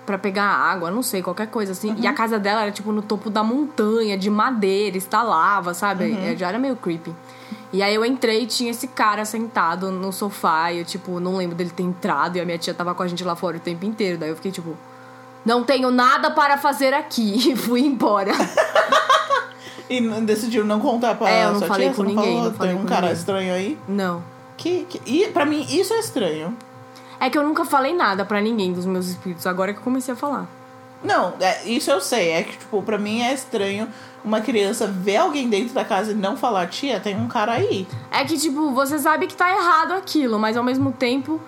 B: Pra pegar água, não sei, qualquer coisa assim. E a casa dela era tipo no topo da montanha, de madeira, estalava, sabe? É, Já era meio creepy. E aí eu entrei e tinha esse cara sentado no sofá. E eu, tipo, não lembro dele ter entrado. E a minha tia tava com a gente lá fora o tempo inteiro. Daí eu fiquei tipo, não tenho nada para fazer aqui. E fui embora.
A: E n- decidiu não contar pra
B: É, eu não
A: sua
B: falei
A: tia?
B: com
A: Você
B: ninguém,
A: Falou,
B: não falei
A: tem um
B: com
A: cara
B: ninguém."
A: estranho aí?
B: Não.
A: Que, que... E pra mim isso é estranho.
B: É que eu nunca falei nada pra ninguém dos meus espíritos. Agora que eu comecei a falar.
A: Não, é, isso eu sei. É que, tipo, pra mim é estranho uma criança ver alguém dentro da casa e não falar, tia, tem um cara aí.
B: É que, tipo, você sabe que tá errado aquilo, mas ao mesmo tempo.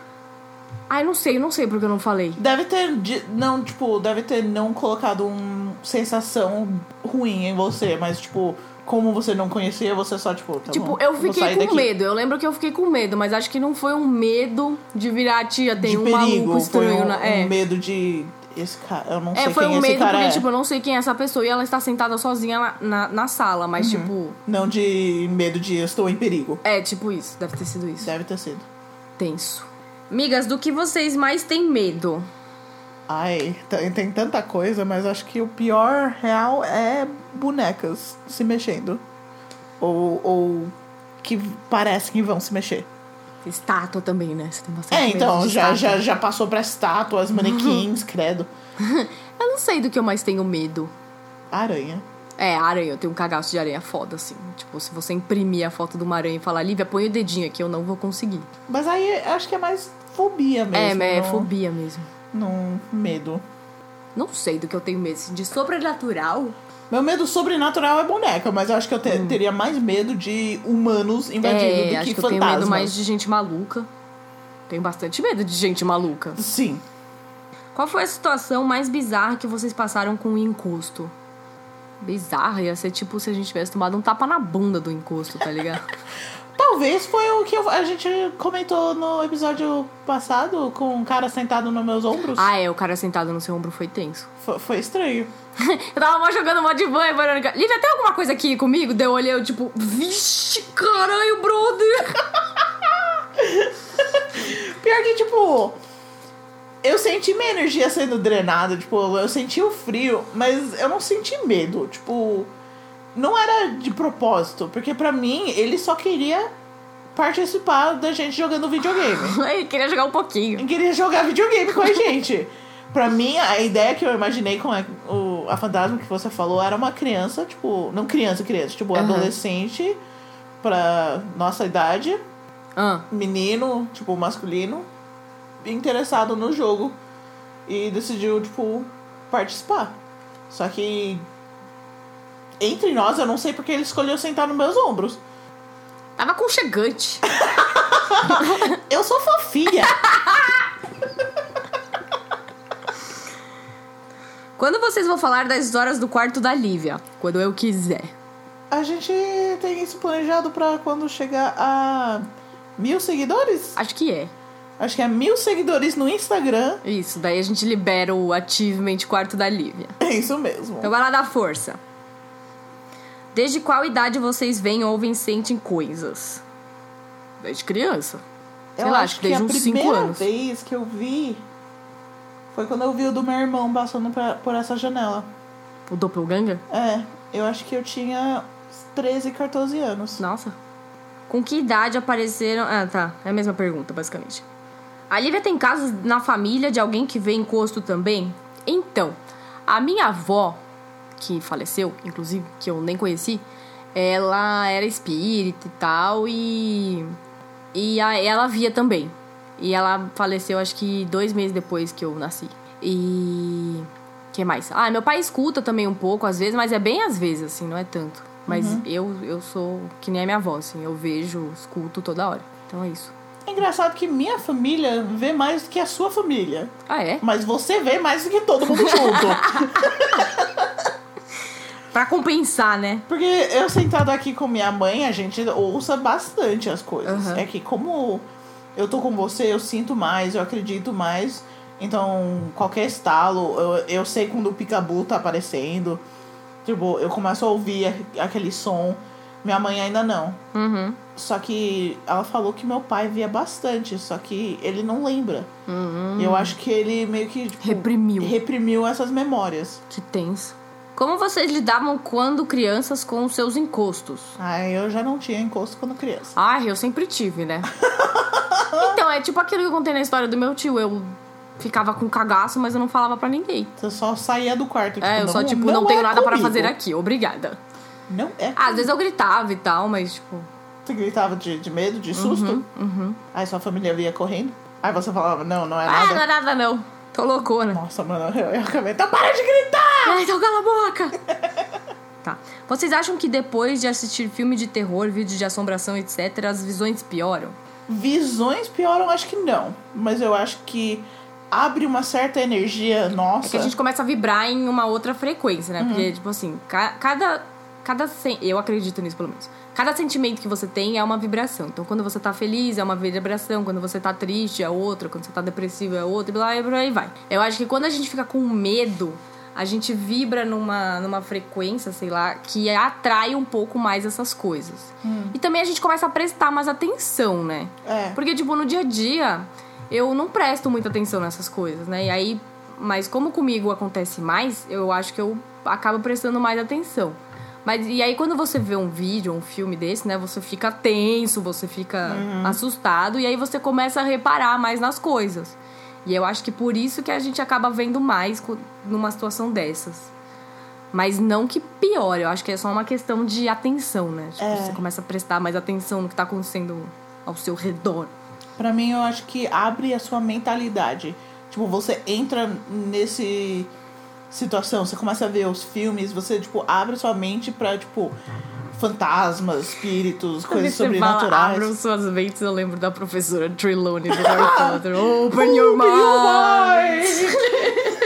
B: Ai, não sei, eu não sei porque eu não falei.
A: Deve ter. di- Não, tipo, deve ter não colocado uma sensação ruim em você, mas, tipo, como você não conhecia, você só, tipo, tá
B: tipo,
A: bom,
B: eu
A: vou
B: fiquei
A: sair
B: com
A: daqui.
B: medo. Eu lembro que eu fiquei com medo, mas acho que não foi um medo de virar tia, tem
A: de
B: um
A: perigo,
B: maluco estranho
A: foi um,
B: na. É.
A: um medo de. Esse cara, eu não
B: É,
A: sei
B: foi
A: quem
B: um
A: esse
B: medo
A: cara
B: porque,
A: é.
B: tipo, eu não sei quem é essa pessoa e ela está sentada sozinha na, na, na sala, mas,
A: Uhum.
B: tipo.
A: Não de medo de eu estou em perigo.
B: É, tipo isso, deve ter sido isso.
A: Deve ter sido.
B: Tenso. Migas, do que vocês mais têm medo?
A: Ai, tem, tem tanta coisa, mas acho que o pior real é bonecas se mexendo. Ou, ou que parecem que vão se mexer.
B: Estátua também, né? Você tem bastante
A: É,
B: medo
A: então,
B: de
A: já,
B: estátua. Uhum.
A: já, já passou pra estátuas, manequins, credo.
B: Eu não sei do que eu mais tenho medo.
A: Aranha.
B: É, aranha, eu tenho um cagaço de aranha foda, assim. Tipo, se você imprimir a foto de uma aranha e falar, Lívia, põe o dedinho aqui, eu não vou conseguir.
A: Mas aí acho que é mais fobia mesmo.
B: é, mas é
A: não-
B: fobia mesmo.
A: Não, medo.
B: Não sei do que eu tenho medo, assim, de sobrenatural.
A: Meu medo sobrenatural é boneca, mas eu acho que eu te- teria mais medo de humanos invadindo
B: Hum. É,
A: do
B: acho
A: que,
B: que eu
A: fantasmas.
B: tenho medo mais de gente maluca. Tenho bastante medo de gente maluca.
A: Sim.
B: Qual foi a situação mais bizarra que vocês passaram com o encosto? Bizarra ia ser tipo se a gente tivesse tomado um tapa na bunda do encosto, tá ligado?
A: Talvez foi o que eu- a gente comentou no episódio passado com um cara sentado nos meus ombros.
B: ah, é, o cara sentado no seu ombro foi tenso.
A: Fo- foi estranho.
B: Eu tava mó jogando mó de banho, Verônica. Lívia, tem alguma coisa aqui comigo? Daí eu olhei, eu tipo, vixe, caralho, brother.
A: Pior que, tipo, eu senti minha energia sendo drenada, tipo, eu senti o frio, mas eu não senti medo, tipo, não era de propósito, porque pra mim ele só queria participar da gente jogando videogame.
B: Ele queria jogar um pouquinho.
A: Ele queria jogar videogame com a gente. Pra mim, a ideia que eu imaginei com a, o- a fantasma que você falou era uma criança, tipo, não criança, criança, tipo,
B: Aham.
A: adolescente pra nossa idade
B: Ah,
A: menino, tipo, masculino, interessado no jogo e decidiu, tipo, participar. Só que entre nós, eu não sei porque ele escolheu sentar nos meus ombros.
B: tava conchegante.
A: Eu sou fofinha.
B: Quando vocês vão falar das histórias do quarto da Lívia? Quando eu quiser.
A: A gente tem isso planejado pra quando chegar a mil seguidores?
B: Acho que é.
A: Acho que é mil seguidores no Instagram.
B: Isso, daí a gente libera o achievement quarto da Lívia.
A: É isso mesmo.
B: Então vai lá dar força. Desde qual idade vocês veem, ouvem, sentem coisas? Desde criança. sei lá, acho que desde
A: a
B: uns cinco
A: primeira
B: anos.
A: vez que eu vi foi quando eu vi o do meu irmão passando pra- por essa janela.
B: O doppelganger?
A: É, eu acho que eu tinha 13, 14 anos.
B: Nossa. Com que idade apareceram. Ah, tá. É a mesma pergunta, basicamente. A Lívia tem casos na família de alguém que vê encosto também? Então, a minha avó, que faleceu, inclusive, que eu nem conheci, ela era espírita e tal, e. E a- ela via também. E ela faleceu, acho que dois meses depois que eu nasci. E. que mais? Ah, meu pai escuta também um pouco, às vezes, mas é bem às vezes, assim, não é tanto. Mas eu, eu sou que nem a minha avó, assim, eu vejo, escuto toda hora. Então é isso.
A: É engraçado que minha família vê mais do que a sua família.
B: Ah, é?
A: Mas você vê mais do que todo mundo junto.
B: Pra compensar, né?
A: Porque eu sentado aqui com minha mãe, a gente ouça bastante as coisas.
B: Aham.
A: É que como eu tô com você, eu sinto mais, eu acredito mais. Então, qualquer estalo, eu, eu sei quando o picabu tá aparecendo. Tipo, eu começo a ouvir a- aquele som. Minha mãe ainda não.
B: Uhum.
A: Só que ela falou que meu pai via bastante, só que ele não lembra. Eu acho que ele meio que tipo,
B: Uhum. Reprimiu.
A: reprimiu essas memórias.
B: Que tenso. Como vocês lidavam quando crianças com os seus encostos?
A: Ai, eu já não tinha encosto quando criança.
B: Ah, eu sempre tive, né? então, é tipo aquilo que eu contei na história do meu tio. Eu ficava com cagaço, mas eu não falava pra ninguém.
A: Você só saía do quarto.
B: É, eu só, tipo, não, tenho nada pra fazer aqui, obrigada.
A: Não é.
B: Ah, às vezes eu gritava e tal, mas, tipo,
A: Você gritava de, de medo, de susto.
B: Uhum,
A: Aí sua família ia correndo. Aí você falava, não, não é
B: ah,
A: nada.
B: não é nada não. Tô loucona.
A: Nossa, mano, eu, eu acabei. Então para de gritar!
B: Ah, então cala a boca! tá. Vocês acham que depois de assistir filme de terror, vídeos de assombração, etc., as visões pioram?
A: Visões pioram, acho que não. Mas eu acho que abre uma certa energia nossa.
B: É que a gente começa a vibrar em uma outra frequência, né? Porque, tipo assim, ca- cada. cada sen- Eu acredito nisso, pelo menos. Cada sentimento que você tem é uma vibração. Então, quando você tá feliz, é uma vibração. Quando você tá triste, é outra. Quando você tá depressivo, é outra. E blá, e por aí vai. Eu acho que quando a gente fica com medo, a gente vibra numa, numa frequência, sei lá, que atrai um pouco mais essas coisas. E também a gente começa a prestar mais atenção, né?
A: É.
B: Porque, tipo, no dia a dia, eu não presto muita atenção nessas coisas, né? E aí, mas como comigo acontece mais, eu acho que eu acabo prestando mais atenção. Mas e aí quando você vê um vídeo, um filme desse, né, você fica tenso, você fica assustado e aí você começa a reparar mais nas coisas. E eu acho que por isso que a gente acaba vendo mais co- numa situação dessas. Mas não que piore, eu acho que é só uma questão de atenção, né? Tipo,
A: É.
B: você começa a prestar mais atenção no que tá acontecendo ao seu redor.
A: Pra mim, eu acho que abre a sua mentalidade. Tipo, você entra nesse situação, você começa a ver os filmes, você, tipo, abre a sua mente pra, tipo, fantasmas, espíritos, coisas
B: Você fala,
A: sobrenaturais.
B: Abram suas mentes, eu lembro da professora Trelawney do Harry Potter. Open your
A: Open your
B: mind!
A: mind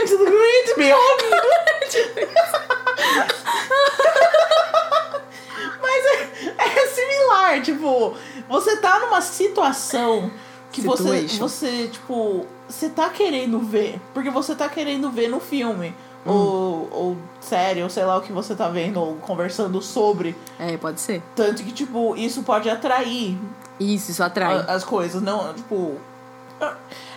A: to the great beyond. Mas é, é similar, tipo, você tá numa situação que você,
B: Situation.
A: você, tipo, você tá querendo ver, porque você tá querendo ver no filme. Ou, ou série, ou sei lá o que você tá vendo, ou conversando sobre.
B: É, pode ser.
A: Tanto que, tipo, isso pode atrair
B: Isso, isso atrai.
A: a- as coisas, não, tipo.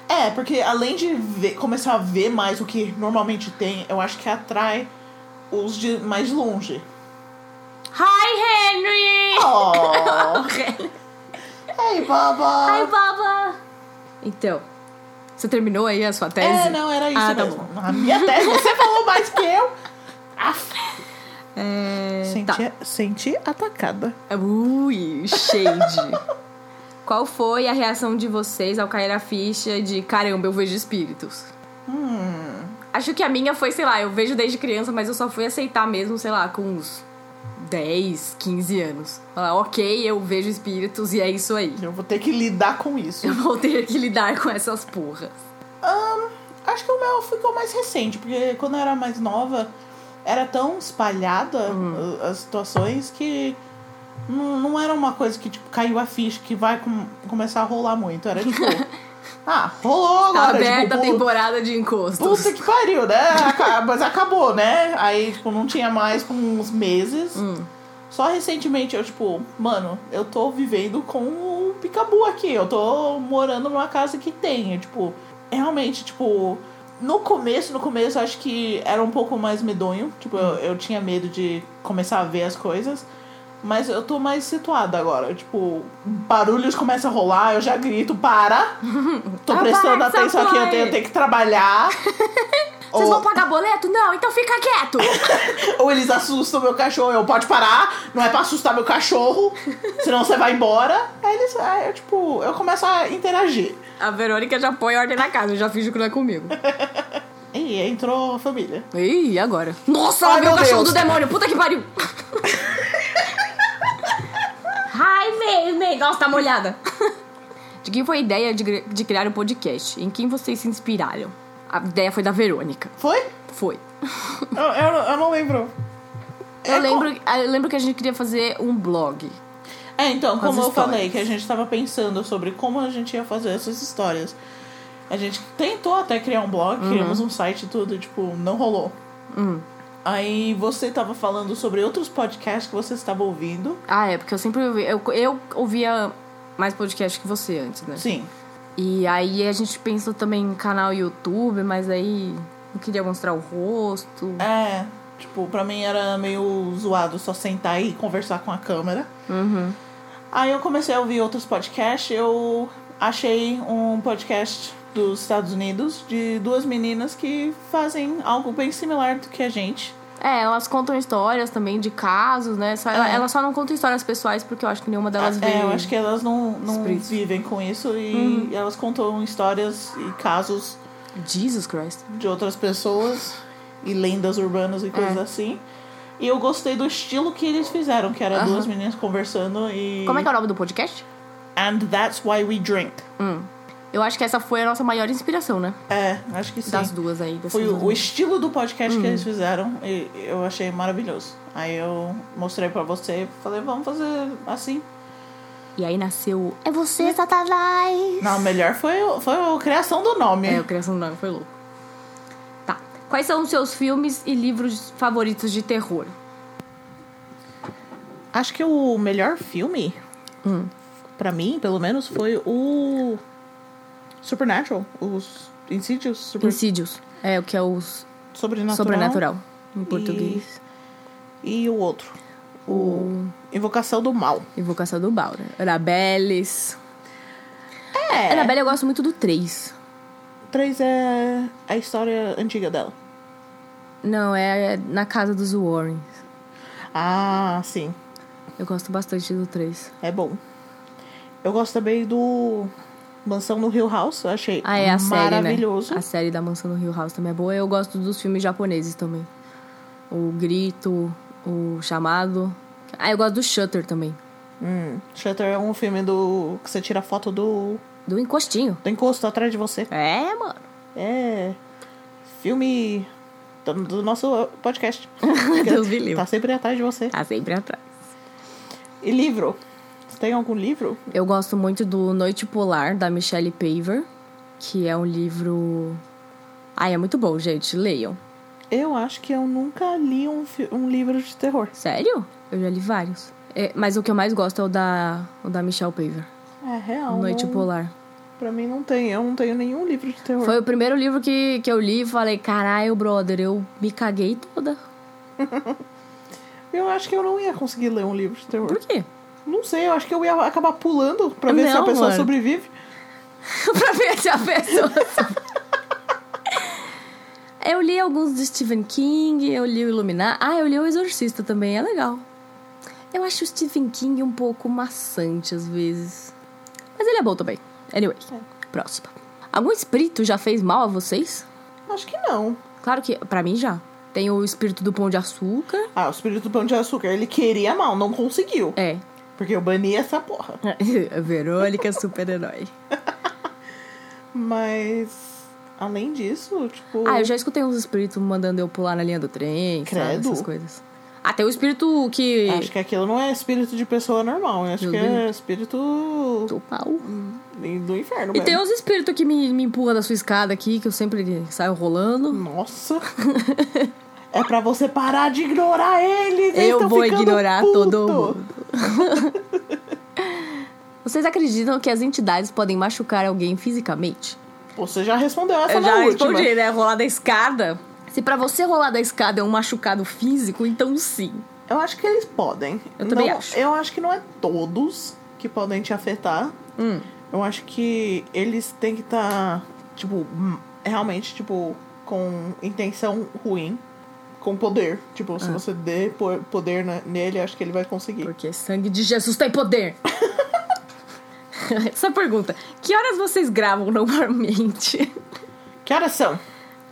A: É, porque além de ver- começar a ver mais o que normalmente tem, eu acho que atrai os de mais de longe.
B: Hi, Henry!
A: Oh! Ei,
B: Hi,
A: baba!
B: Baba! Então, você terminou aí a sua tese?
A: É, não, era isso
B: Ah, tá
A: mesmo.
B: bom.
A: A minha tese, você falou mais que eu. Aff.
B: É, tá.
A: Senti, senti atacada.
B: Ui, shade. Qual foi a reação de vocês ao cair a ficha de caramba, eu vejo espíritos?
A: Hum.
B: Acho que a minha foi, sei lá, eu vejo desde criança, mas eu só fui aceitar mesmo, sei lá, com uns 10, 15 anos. Falar, ok, eu vejo espíritos e é isso aí.
A: Eu vou ter que lidar com isso.
B: Eu vou ter que lidar com essas porras.
A: Acho que o meu ficou mais recente, porque quando eu era mais nova, era tão espalhada
B: Uhum.
A: uh, as situações que não, não era uma coisa que tipo, caiu a ficha, que vai com- começar a rolar muito. Era tipo, ah, rolou
B: Tá
A: agora.
B: aberta
A: tipo,
B: a
A: pu-
B: temporada de encostos.
A: Puta que pariu, né? Aca- Mas acabou, né? Aí, tipo, não tinha mais com uns meses. Só recentemente eu, tipo, mano, eu tô vivendo com o Picabu aqui. Eu tô morando numa casa que tem. Eu, tipo, realmente, tipo. No começo, no começo, eu acho que era um pouco mais medonho. Tipo, eu, eu tinha medo de começar a ver as coisas. Mas eu tô mais situada agora. Tipo, barulhos começam a rolar, eu já grito, para! Tô
B: Apaga
A: prestando
B: essa
A: atenção aqui, eu
B: porra
A: tenho,
B: aí.
A: tenho que trabalhar. ou,
B: Vocês vão pagar boleto? Não, então fica quieto!
A: ou eles assustam meu cachorro, eu pode parar, não é pra assustar meu cachorro, senão você vai embora. Aí eles, aí eu, tipo, eu começo a interagir.
B: A Verônica já põe ordem na casa, eu já finge que não é comigo.
A: E entrou a família.
B: Ih, e agora? Nossa, ela
A: Ai,
B: viu o
A: meu
B: cachorro
A: Deus.
B: do demônio, puta que pariu! Ai, meio, meio. Nossa, tá molhada. De quem foi a ideia de, gri- de criar um podcast? Em quem vocês se inspiraram? A ideia foi da Verônica.
A: Foi?
B: Foi.
A: Eu, eu, eu não lembro.
B: Eu,
A: É,
B: lembro, eu lembro que a gente queria fazer um blog.
A: É, então,
B: Com as
A: como eu
B: histórias.
A: falei, que a gente tava pensando sobre como a gente ia fazer essas histórias. A gente tentou até criar um
B: Uhum.
A: blog, criamos um site e tudo, tipo, não rolou.
B: Hum.
A: Aí você tava falando sobre outros podcasts que você estava ouvindo.
B: Ah, é, porque eu sempre ouvi, eu, eu ouvia mais podcast que você antes, né?
A: Sim.
B: E aí a gente pensou também em canal YouTube, mas aí não queria mostrar o rosto.
A: É, tipo, pra mim era meio zoado só sentar e conversar com a câmera.
B: Uhum.
A: Aí eu comecei a ouvir outros podcasts, eu achei um podcast dos Estados Unidos de duas meninas que fazem algo bem similar do que a gente.
B: É, elas contam histórias também de casos, né? Só, ela- Elas só não contam histórias pessoais porque eu acho que nenhuma delas veio.
A: É, eu acho que elas não, não
B: Espírito.
A: vivem com isso e
B: Uhum.
A: elas contam histórias e casos
B: Jesus Christ.
A: de outras pessoas e lendas
B: É.
A: urbanas e coisas assim. E eu gostei do estilo que eles fizeram, que era duas meninas conversando e.
B: Como é que é o nome do podcast?
A: And that's why we drink.
B: Eu acho que essa foi a nossa maior inspiração, né?
A: É, acho que sim. Uhum.
B: Das duas aí. Dessas
A: Foi
B: duas
A: o, o estilo do podcast que eles fizeram e eu achei maravilhoso. Aí eu mostrei pra você e falei, vamos fazer assim.
B: E aí nasceu. É você, Satanás!
A: Não, o melhor foi, o- foi a criação do nome.
B: É, a criação do nome foi louco. Tá. Quais são os seus filmes e livros favoritos de terror?
A: Acho que o Hum. melhor filme, pra mim, pelo menos, foi o Supernatural, os Insídios, super...
B: Insídios. É, o que é os
A: Sobrenatural,
B: sobrenatural em português.
A: e o outro.
B: O
A: Invocação do Mal.
B: Invocação do Baura. Anabelles.
A: É.
B: Anabelle eu gosto muito do 3.
A: 3 é a história antiga dela.
B: Não, é na casa dos Warren.
A: Ah, sim.
B: Eu gosto bastante do 3.
A: É bom. Eu gosto também do Mansão no Hill House. Eu achei
B: Ah, é a série,
A: maravilhoso.
B: né? A série da Mansão no Hill House também é boa. Eu gosto dos filmes japoneses também. O Grito, o Chamado. Ah, eu gosto do Shutter também.
A: Hum, Shutter é um filme do que você tira foto do,
B: Do Encostinho.
A: do encosto atrás de você.
B: É, mano.
A: É. Filme do, do nosso podcast.
B: Deus me livre.
A: Tá sempre atrás de você.
B: Tá sempre atrás.
A: E livro? Você tem algum livro?
B: Eu gosto muito do Noite Polar, da Michelle Paver, que é um livro. Ai, é muito bom, gente. Leiam.
A: Eu acho que eu nunca li um, fi- um livro de terror.
B: Sério? Eu já li vários. É, mas o que eu mais gosto é o da, o da Michelle Paver,
A: É real.
B: Noite
A: não-
B: Polar.
A: Pra mim não tem. Eu não tenho nenhum livro de terror.
B: Foi o primeiro livro que, que eu li e falei, caralho, brother, eu me caguei toda.
A: Eu acho que eu não ia conseguir ler um livro de terror.
B: Por quê?
A: Não sei, eu acho que eu ia acabar pulando pra ver se a
B: Não,
A: pessoa
B: mano.
A: sobrevive.
B: pra ver se a pessoa. eu li alguns do Stephen King, eu li o Iluminar. Ah, eu li o Exorcista também, é legal. Eu acho o Stephen King um pouco maçante às vezes. Mas ele é bom também. Anyway, próxima. Algum espírito já fez mal a vocês?
A: Acho que não.
B: Claro que, pra mim já. Tem o espírito do Pão de Açúcar.
A: Ah, o espírito do pão de açúcar, ele queria mal, não conseguiu.
B: É.
A: Porque eu bani essa porra.
B: Verônica, super-herói.
A: Mas, além disso, tipo.
B: Ah, eu já escutei uns espíritos mandando eu pular na linha do trem, sabe?
A: Credo.
B: Essas coisas. Ah, tem o espírito que.
A: Acho que aquilo não é espírito de pessoa normal. Eu acho
B: Meu
A: que é
B: Deus.
A: espírito é
B: Do pau.
A: do inferno
B: E
A: mesmo.
B: tem uns espíritos que me, me empurram da sua escada aqui, que eu sempre saio rolando.
A: Nossa! é pra você parar de ignorar eles! eles
B: eu
A: tão
B: vou
A: ficando
B: ignorar
A: puto.
B: todo mundo. Vocês acreditam que as entidades podem machucar alguém fisicamente?
A: Você já respondeu essa
B: eu
A: na
B: já
A: última.
B: respondi, né? Rolar da escada. Se pra você rolar da escada é um machucado físico, então sim.
A: Eu acho que eles podem.
B: Eu também
A: Não-
B: acho.
A: Eu acho que não é todos que podem te afetar.
B: Hum.
A: Eu acho que eles têm que estar, tipo, hum, realmente, tipo, com intenção ruim, com poder. Tipo,
B: Ah.
A: se você der po- poder na- nele, acho que ele vai conseguir.
B: Porque sangue de Jesus tem poder. Essa pergunta. Que horas vocês gravam normalmente?
A: Que horas são?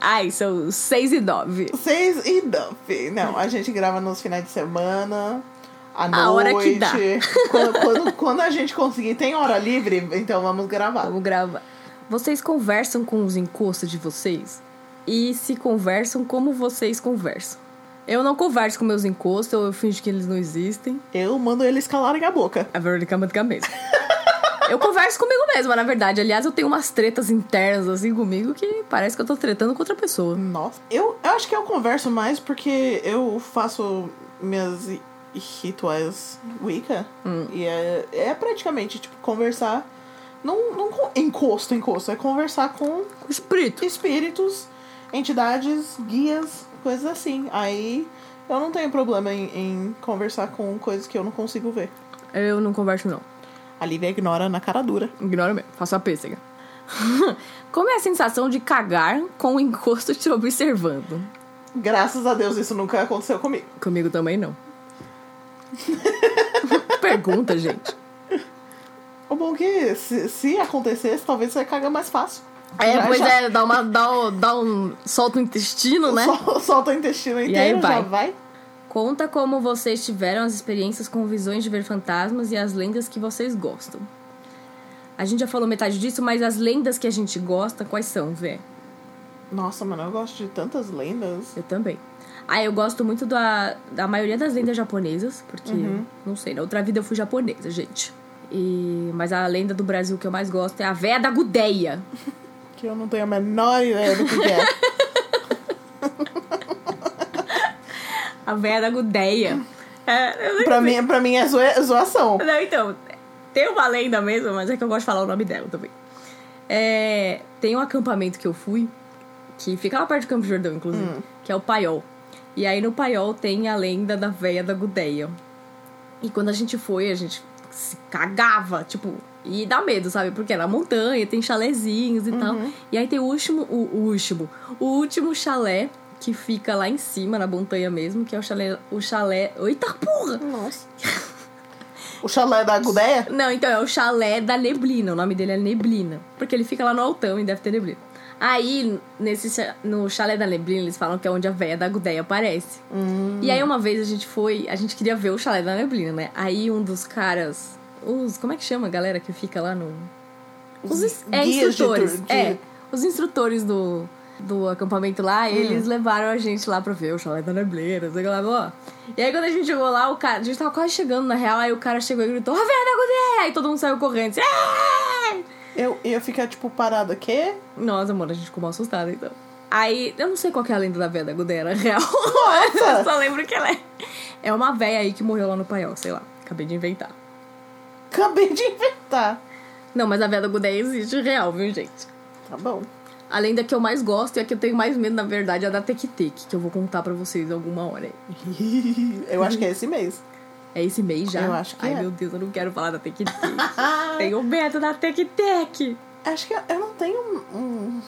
B: Ai, são seis e nove.
A: Seis e nove. Não, a gente grava nos finais de semana. À noite.
B: A hora que dá.
A: Quando, quando- quando a gente conseguir, tem hora livre, então vamos gravar.
B: Vamos gravar. Vocês conversam com os encostos de vocês? E se conversam, como vocês conversam? Eu não converso com meus encostos, eu finjo que eles não existem. É
A: Eu mando eles calarem a boca.
B: A Verônica manda com a mesma. Eu converso comigo mesma, na verdade. Aliás, eu tenho umas tretas internas assim comigo que parece que eu tô tretando com outra pessoa.
A: Nossa. Eu, eu acho que eu converso mais porque eu faço minhas i- rituais Wicca. E é, é praticamente, tipo, conversar. Não, não com encosto, encosto. É conversar com
B: Espírito.
A: espíritos, entidades, guias, coisas assim. Aí eu não tenho problema em, em conversar com coisas que eu não consigo ver.
B: Eu não converso, não.
A: A Lívia ignora na cara dura.
B: Ignora mesmo. Faço a pêssega. Como é a sensação de cagar com o encosto te observando?
A: Graças a Deus isso nunca aconteceu comigo.
B: Comigo também não. Pergunta, gente.
A: O bom é que se, se acontecesse, talvez você caga mais fácil.
B: É,
A: Já-
B: pois
A: já-
B: é, dá, uma, dá, o- dá um. solta o intestino, né?
A: Sol- solta o intestino
B: aí
A: inteiro, já
B: vai.
A: vai.
B: Conta como vocês tiveram as experiências com visões de ver fantasmas e as lendas que vocês gostam. A gente já falou metade disso, mas as lendas que a gente gosta, quais são, Vê?
A: Nossa, mano, eu gosto de tantas lendas.
B: Eu também. Ah, eu gosto muito da, da maioria das lendas japonesas, porque, não sei, na outra vida eu fui japonesa, gente. E, mas a lenda do Brasil que eu mais gosto é a véia da Gudeia.
A: Que eu não tenho a menor ideia do que que é.
B: A véia da Gudeia. É, eu nem-
A: pra, mim, pra mim é zoe- zoação.
B: então, Não, então, tem uma lenda mesmo, mas é que eu gosto de falar o nome dela também. É, tem um acampamento que eu fui, que fica lá perto do Campo Jordão, inclusive, que é o Paiol. E aí no Paiol tem a lenda da véia da Gudeia. E quando a gente foi, a gente se cagava, tipo, e dá medo, sabe? Porque era montanha, tem chalezinhos e tal. E aí tem o último, o, o último, o último chalé que fica lá em cima, na montanha mesmo, que é o chalé, o chalé, eita porra!
D: Nossa.
A: O chalé da Gudeia?
B: Não, então é o chalé da neblina. O nome dele é Neblina. Porque ele fica lá no altão e deve ter neblina. Aí, nesse, cha- no chalé da neblina, eles falam que é onde a véia da Gudeia aparece.
A: Hum,
B: E aí, uma vez a gente foi, a gente queria ver o chalé da neblina, né? Aí, um dos caras. Os, como é que chama a galera que fica lá no. Os ins- é,
A: guias de
B: instrutores.
A: tur- de-
B: É, os instrutores do, do acampamento lá,
A: Hum.
B: eles levaram a gente lá pra ver o chalé da neblina, não sei o que lá, blá. E aí quando a gente chegou lá, o cara, a gente tava quase chegando na real, aí o cara chegou e gritou, a velha da Gudeia! Aí todo mundo saiu correndo, assim, "Ah!"
A: Eu ia ficar, tipo, parada. Quê?
B: Nossa, amor, a gente ficou mal assustada, então. Aí, eu não sei qual que é a lenda da véia da Gudeia, na real. eu só lembro que ela é... É uma véia aí que morreu lá no paiol, sei lá. Acabei de inventar.
A: Acabei de inventar.
B: Não, mas a véia da Gudeia existe real, viu, gente?
A: Tá bom.
B: A lenda que eu mais gosto e a que eu tenho mais medo, na verdade, é a da Tectec, que eu vou contar pra vocês alguma hora aí.
A: Eu acho que é esse mês.
B: É esse mês já?
A: Eu acho que
B: Ai,
A: é.
B: meu Deus, eu não quero falar da Tec Tec. Tenho medo da Tec Tec.
A: Acho que eu não tenho um- um-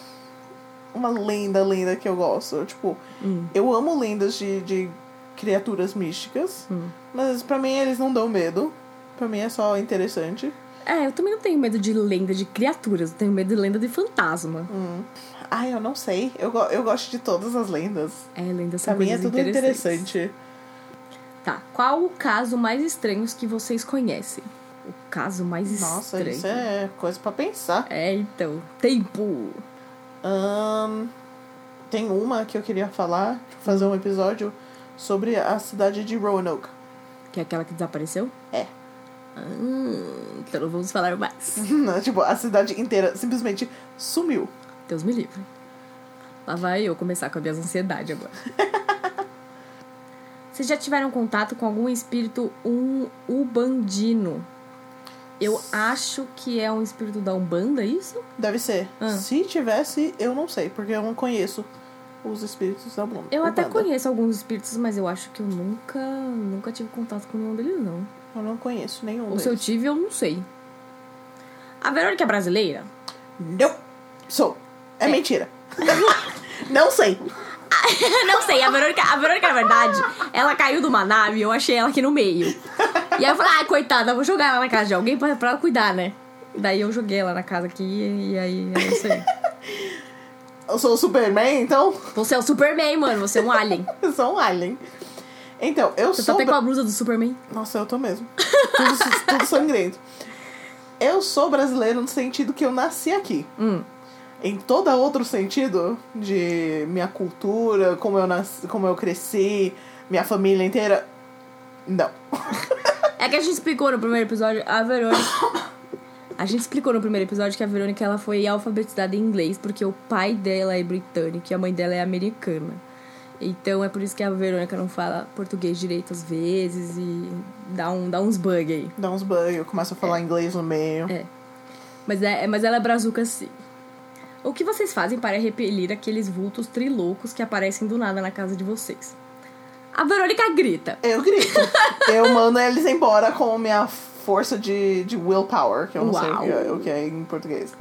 A: uma lenda, lenda que eu gosto. Tipo,
B: Hum.
A: eu amo lendas de, de criaturas místicas.
B: Hum.
A: Mas pra mim eles não dão medo. Pra mim é só interessante.
B: É, eu também não tenho medo de lenda de criaturas, eu tenho medo de lenda de fantasma.
A: Hum. Ai, eu não sei. Eu, go- eu gosto de todas as lendas.
B: É, lenda são
A: Pra mim é
B: coisas
A: tudo
B: interessantes.
A: interessante.
B: Tá, qual o caso mais estranho que vocês conhecem? O caso mais
A: Nossa,
B: estranho.
A: isso é coisa pra pensar.
B: É, então. Tempo.
A: Ahn, tem uma que eu queria falar, fazer um episódio sobre a cidade de Roanoke.
B: Que é aquela que desapareceu?
A: É.
B: Ah, então não vamos falar mais.
A: tipo, a cidade inteira simplesmente sumiu.
B: Deus me livre. Lá vai eu começar com a minha ansiedade agora. Vocês já tiveram contato com algum espírito um ubandino? Eu acho que é um espírito da Umbanda, é isso?
A: Deve ser.
B: Ah.
A: Se tivesse, eu não sei, porque eu não conheço os espíritos da Blum.
B: Eu até
A: Umbanda.
B: conheço alguns espíritos, mas eu acho que eu nunca, nunca tive contato com nenhum deles, não.
A: Eu não conheço nenhum
B: Ou
A: deles.
B: se eu tive, eu não sei. A Verônica é brasileira?
A: Não! Sou. É, mentira. não sei.
B: não sei, a Verônica, a Verônica, na verdade, ela caiu de uma nave e eu achei ela aqui no meio. E aí eu falei, ai, coitada, eu vou jogar ela na casa de alguém pra, pra ela cuidar, né? Daí eu joguei ela na casa aqui e, e aí é isso aí.
A: Eu sou o Superman, então
B: Você é o Superman, mano, você é um alien.
A: eu sou um alien. Então, eu
B: Você tá
A: sou.
B: até com a blusa do Superman.
A: Nossa, eu tô mesmo. Tudo, tudo sangrento. Eu sou brasileiro no sentido que eu nasci aqui.
B: Hum.
A: Em todo outro sentido de minha cultura, como eu, nasci, como eu cresci, minha família inteira. Não.
B: É que a gente explicou no primeiro episódio, a Verônica. A gente explicou no primeiro episódio que a Verônica ela foi alfabetizada em inglês porque o pai dela é britânico e a mãe dela é americana. Então é por isso que a Verônica não fala português direito às vezes e dá, um, dá uns bug aí.
A: Dá uns banhos, começa a falar inglês no meio.
B: É. Mas, é, mas ela é brazuca sim. O que vocês fazem para repelir aqueles vultos trilocos que aparecem do nada na casa de vocês? A Verônica grita.
A: Eu grito. eu mando eles embora com minha força de, de willpower, que eu não sei o que é- o que é em português.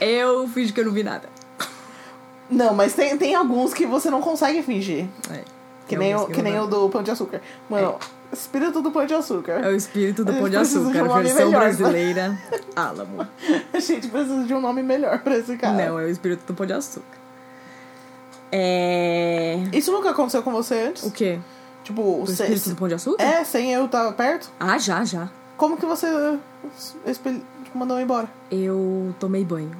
B: Eu fingi que eu não vi nada.
A: Não, mas tem, tem alguns que você não consegue fingir.
B: É.
A: Que
B: Eu
A: nem, o,
B: consegui
A: que nem
B: mandar.
A: o do Pão de Açúcar. Mano, espírito do Pão de Açúcar.
B: É o espírito do
A: A gente
B: Pão de
A: precisa de um
B: Açúcar,
A: nome
B: versão
A: melhor, né?
B: brasileira. Álamo.
A: A gente precisa de um nome melhor pra esse cara.
B: Não, é o espírito do Pão de Açúcar. É.
A: Isso nunca aconteceu com você antes?
B: O quê?
A: Tipo,
B: O
A: cê-
B: espírito do Pão de Açúcar?
A: é, sem eu estar perto?
B: Ah, já, já.
A: Como que você expel- mandou embora?
B: Eu tomei banho.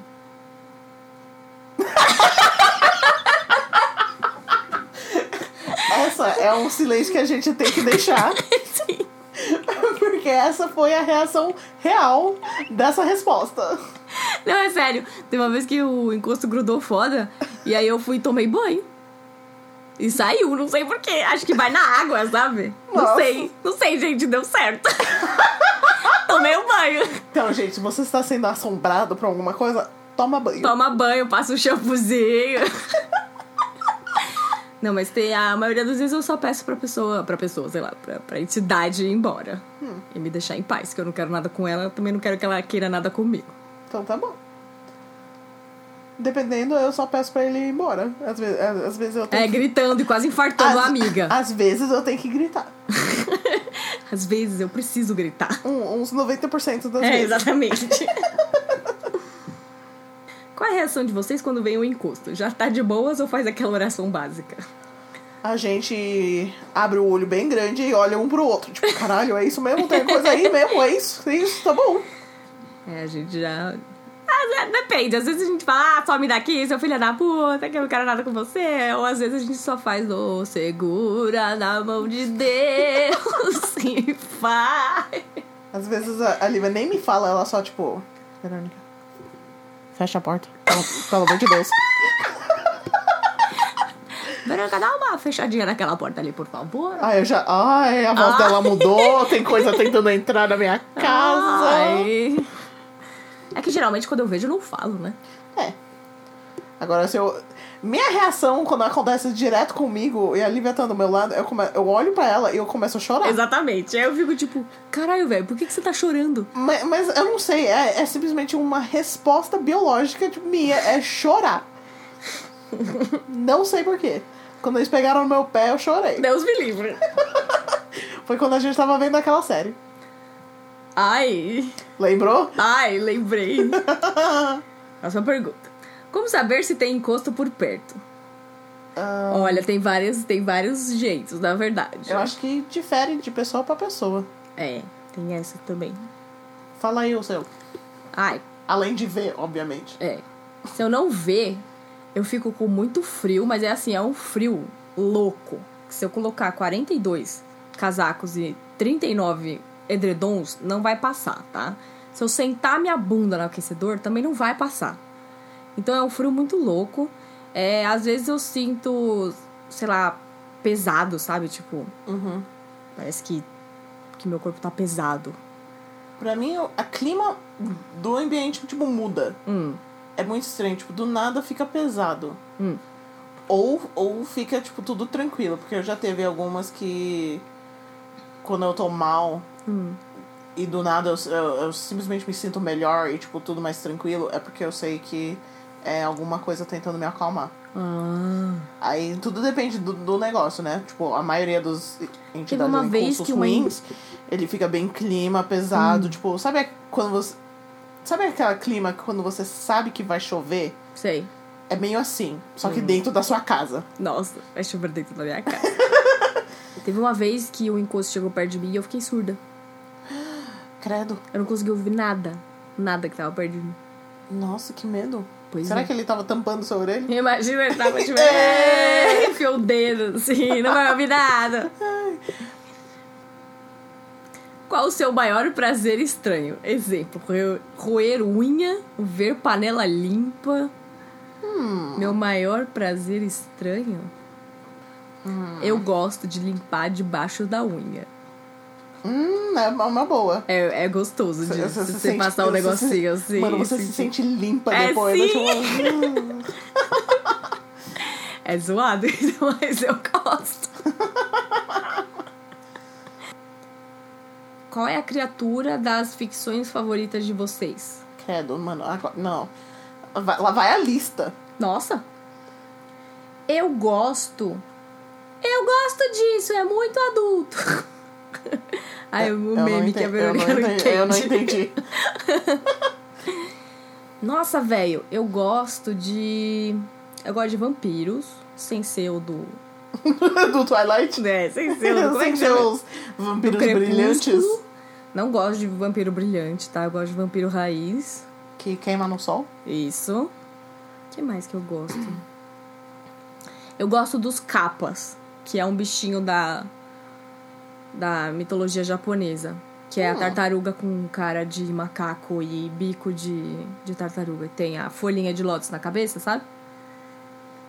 A: Essa é um silêncio que a gente tem que deixar. Porque essa foi a reação real dessa resposta.
B: Não, é sério. Tem uma vez que o encosto grudou foda e aí eu fui e tomei banho. E saiu, não sei porquê. Acho que vai na água, sabe? Não
A: Nossa.
B: sei. Não sei, gente, deu certo. tomei o banho.
A: Então, gente, se você está sendo assombrado por alguma coisa, toma banho.
B: Toma banho, passa um shampoozinho. Não, mas tem, a maioria das vezes eu só peço pra pessoa, pra pessoa, sei lá, pra, pra entidade ir embora. E me deixar em paz, que eu não quero nada com ela, eu também não quero que ela queira nada comigo.
A: Então tá bom. Dependendo, eu só peço pra ele ir embora. Às vezes, às vezes eu tenho
B: É, gritando e quase infartando a amiga.
A: Às vezes eu tenho que gritar.
B: Às vezes eu preciso gritar.
A: Um- uns 90% das
B: É,
A: vezes.
B: exatamente. Qual é a reação de vocês quando vem o encosto? Já tá de boas ou faz aquela oração básica?
A: A gente abre o olho bem grande e olha um pro outro. Tipo, caralho, é isso mesmo? Tem coisa aí mesmo? É isso? É isso? Tá bom.
B: É, a gente já. Ah, né, depende, às vezes a gente fala, ah, só me dá aqui, seu filho é da puta, que eu não quero nada com você. Ou às vezes a gente só faz, ô, segura na mão de Deus e vai.
A: Às vezes a, a Lívia nem me fala, ela só tipo. Verônica. Fecha a porta. Pelo, pelo amor de Deus.
B: Branca, dá uma fechadinha naquela porta ali, por favor.
A: Ai, eu já. Ai, a
B: Ah.
A: voz dela mudou, tem coisa tentando entrar na minha casa.
B: Ai. É que geralmente quando eu vejo eu não falo, né?
A: É. Agora, se eu. Minha reação quando acontece direto comigo e a Lívia tá do meu lado, eu, come... eu olho pra ela e eu começo a chorar.
B: Exatamente. Aí eu fico tipo, caralho, velho, por que, que você tá chorando?
A: Mas, mas eu não sei, é, é simplesmente uma resposta biológica de minha, é chorar. não sei porquê. Quando eles pegaram no meu pé, eu chorei.
B: Deus me livre.
A: Foi quando a gente tava vendo aquela série.
B: Ai,
A: Lembrou?
B: ai, lembrei. Próxima pergunta. Como saber se tem encosto por perto?
A: Ah,
B: Olha, tem várias, tem vários jeitos, na verdade.
A: eu acho que difere de pessoa pra pessoa.
B: É, tem essa também.
A: Fala aí o seu.
B: Ai,
A: Além de ver, obviamente.
B: é. Se eu não ver, eu fico com muito frio, mas é assim, é um frio louco. Se eu colocar 42 casacos e 39 edredons, não vai passar, tá? Se eu sentar minha bunda no aquecedor, também não vai passar. Então é um frio muito louco. É, às vezes eu sinto, sei lá, pesado, sabe? Tipo,
A: Uhum.
B: Parece que, que meu corpo tá pesado.
A: Pra mim, o a clima do ambiente, tipo, muda.
B: Hum.
A: É muito estranho. Tipo, do nada fica pesado.
B: Hum.
A: Ou, ou fica, tipo, tudo tranquilo. Porque eu já teve algumas que... Quando eu tô mal...
B: Hum.
A: E do nada eu, eu, eu simplesmente me sinto melhor e, tipo, tudo mais tranquilo. É porque eu sei que é alguma coisa tentando me acalmar.
B: Ah.
A: Aí tudo depende do, do negócio, né? Tipo, a maioria dos
B: Teve
A: entidades
B: uma
A: em
B: vez
A: cursos
B: que uma Hum. en-
A: ruins, ele fica bem clima, pesado. Tipo, sabe a- quando você. Sabe aquela clima que quando você sabe que vai chover?
B: Sei.
A: É meio assim, só que dentro da sua casa.
B: Nossa, vai chover dentro da minha casa. Teve uma vez que o encosto chegou perto de mim e eu fiquei surda.
A: Credo.
B: Eu não consegui ouvir nada. Nada que tava perto de mim.
A: Nossa, que medo.
B: Pois
A: Será
B: é.
A: que ele tava tampando sua orelha?
B: Imagina, ele tava tipo...
A: É.
B: Enfiou o dedo, assim, não vai ouvir nada. Qual o seu maior prazer estranho? Exemplo, roer- roer unha, ver panela limpa. Meu maior prazer estranho? Eu gosto de limpar debaixo da unha.
A: Hum, é uma- uma boa.
B: É, é gostoso de
A: Você-
B: se você,
A: sente-
B: passar um
A: você se-
B: negocinho assim.
A: Mano, você se
B: sentir-
A: sente limpa
B: É,
A: depois. né?
B: sim.
A: Tipo, hum.
B: É zoado, mas eu gosto. Qual é a criatura das ficções favoritas de vocês?
A: Credo, mano. agora- Não. Vai- Lá vai a lista.
B: Nossa! Eu gosto. Eu gosto disso, é muito adulto. Ai, o
A: É, não
B: um meme que a
A: entendi-
B: Verônica
A: eu não entendi. Eu não
B: entende.
A: entendi.
B: Nossa, velho, eu gosto de. Eu gosto de vampiros, sem ser o do.
A: do Twilight?
B: É, sem ser o do. Como é
A: Sem
B: que
A: ser
B: chama?
A: os vampiros
B: Crepúsculo.
A: brilhantes
B: Não gosto de vampiro brilhante, tá? Eu gosto de vampiro raiz.
A: que queima no sol.
B: Isso. O que mais que eu gosto? Eu gosto dos capas, que é um bichinho da da mitologia japonesa, que é a
A: Hum.
B: tartaruga com cara de macaco e bico de, de tartaruga. E Tem a folhinha de lótus na cabeça, sabe?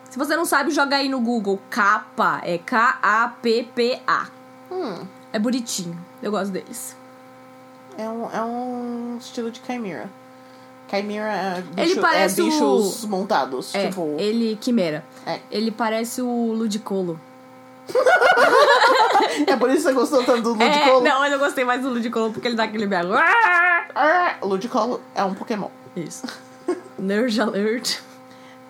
B: Se você não sabe, joga aí no Google. Capa é K-A-P-P-A.
A: Hum,
B: É bonitinho. Eu gosto deles.
A: É um, é um estilo de Chimera. Chimera é, bicho,
B: Ele parece
A: é
B: o-
A: bichos montados.
B: É,
A: tipo,
B: ele, Quimera.
A: É.
B: Ele parece o Ludicolo.
A: é por isso que você gostou tanto do
B: É,
A: Ludicolo.
B: não, mas eu gostei mais do Ludicolo porque ele dá aquele belo.
A: Ah, Ludicolo é um Pokémon.
B: Isso. Nerd alert.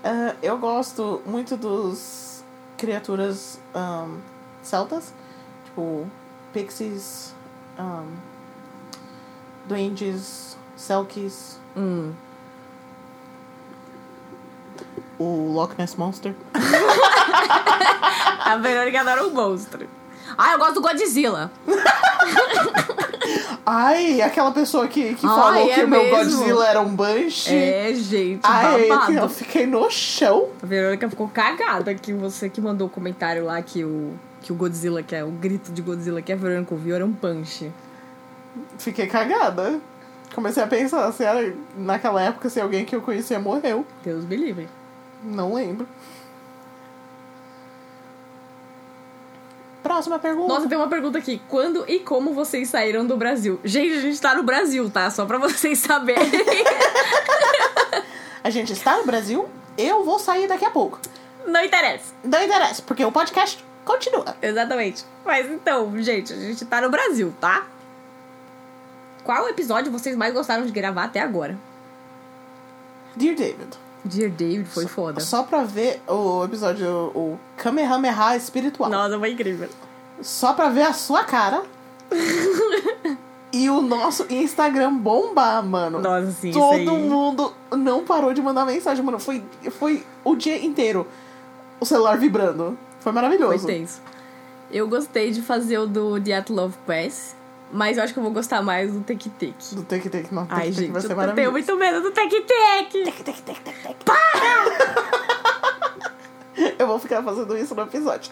A: Ah, eu gosto muito dos criaturas ahn, celtas, tipo pixies, ahn, duendes, selkies,
B: Hum.
A: o Loch Ness Monster.
B: A Verônica adora um monstro. Ah, eu gosto do Godzilla.
A: Ai, aquela pessoa que, que
B: Ai,
A: falou
B: é
A: que o meu
B: mesmo?
A: Godzilla era um Banshee.
B: É, gente,
A: Ai,
B: babado.
A: eu fiquei no chão.
B: A Verônica ficou cagada que você que mandou o comentário lá que o, que o Godzilla, que é o grito de Godzilla que a Verônica ouviu era um punch.
A: Fiquei cagada. Comecei a pensar, se era naquela época, se alguém que eu conhecia morreu.
B: Deus me livre.
A: Não lembro. Próxima pergunta.
B: Nossa, tem uma pergunta aqui. Quando e como vocês saíram do Brasil? Gente, a gente tá no Brasil, tá? Só pra vocês saberem.
A: A gente está no Brasil. Eu vou sair daqui a pouco.
B: Não interessa.
A: Não interessa, porque o podcast continua.
B: Exatamente. Mas então, gente, a gente tá no Brasil, tá? Qual episódio vocês mais gostaram de gravar até agora?
A: Dear David.
B: Dear David foi foda.
A: Só pra ver o episódio, o Kamehameha espiritual.
B: Nossa, foi incrível.
A: Só pra ver a sua cara. e o nosso Instagram bombar, mano.
B: Nossa, sim, isso aí.
A: Todo mundo não parou de mandar mensagem, mano. Foi, foi o dia inteiro. O celular vibrando. Foi
B: Foi
A: maravilhoso.
B: tenso. Eu gostei de fazer o do The At Love Pass, mas eu acho que eu vou gostar mais do Tec Tec.
A: Do Tec Tec, não. Tec
B: Ai,
A: Tec
B: gente,
A: vai ser
B: eu tenho
A: maravilhoso.
B: muito medo do Tec Tec.
A: Tec, tec, tec, tec, tec. Eu vou ficar fazendo isso no episódio.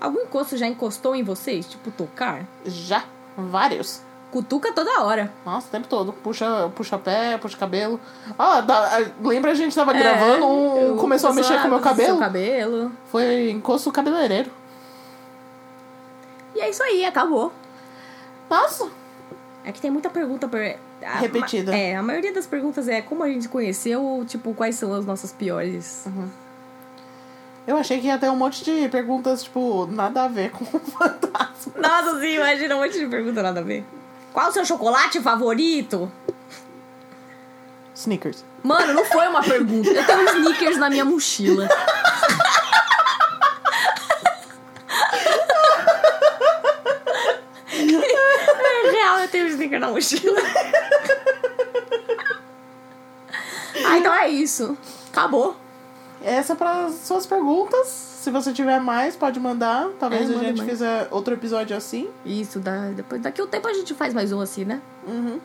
B: Algum encosto já encostou em vocês? Tipo, tocar?
A: Já. Vários.
B: Cutuca toda hora.
A: Nossa, o tempo todo. Puxa, puxa pé, puxa cabelo. Ah, dá- ah, lembra a gente tava gravando, um
B: É, eu-
A: começou a mexer com o meu
B: começou
A: cabelo?
B: seu cabelo.
A: Foi encosto cabeleireiro.
B: E é isso aí, acabou.
A: Nossa,
B: É que tem muita pergunta per- a-
A: Repetida.
B: ma- É, a maioria das perguntas é como a gente se conheceu, ou, tipo, quais são as nossas piores.
A: eu achei que ia ter um monte de perguntas, tipo, nada a ver com o fantasma.
B: Nossa, sim, imagina um monte de pergunta nada a ver. Qual o seu chocolate favorito?
A: Sneakers.
B: Mano, não foi uma pergunta. Eu tenho um sneakers na minha mochila. É real, eu tenho um sneakers na mochila. Ah, então é isso. Acabou.
A: Essa é para suas perguntas. Se você tiver mais, pode mandar. Talvez
B: É,
A: a
B: manda
A: gente
B: mais.
A: fizer outro episódio assim.
B: Isso, dá, depois, daqui a um tempo a gente faz mais um assim, né?
A: Ahn,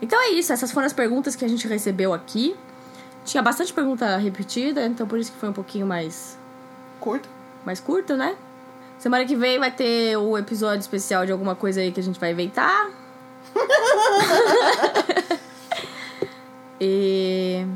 B: Então é isso, essas foram as perguntas que a gente recebeu aqui. Tinha bastante pergunta repetida, então por isso que foi um pouquinho mais
A: curto.
B: mais curto, né? Semana que vem vai ter o episódio especial de alguma coisa aí que a gente vai inventar. e...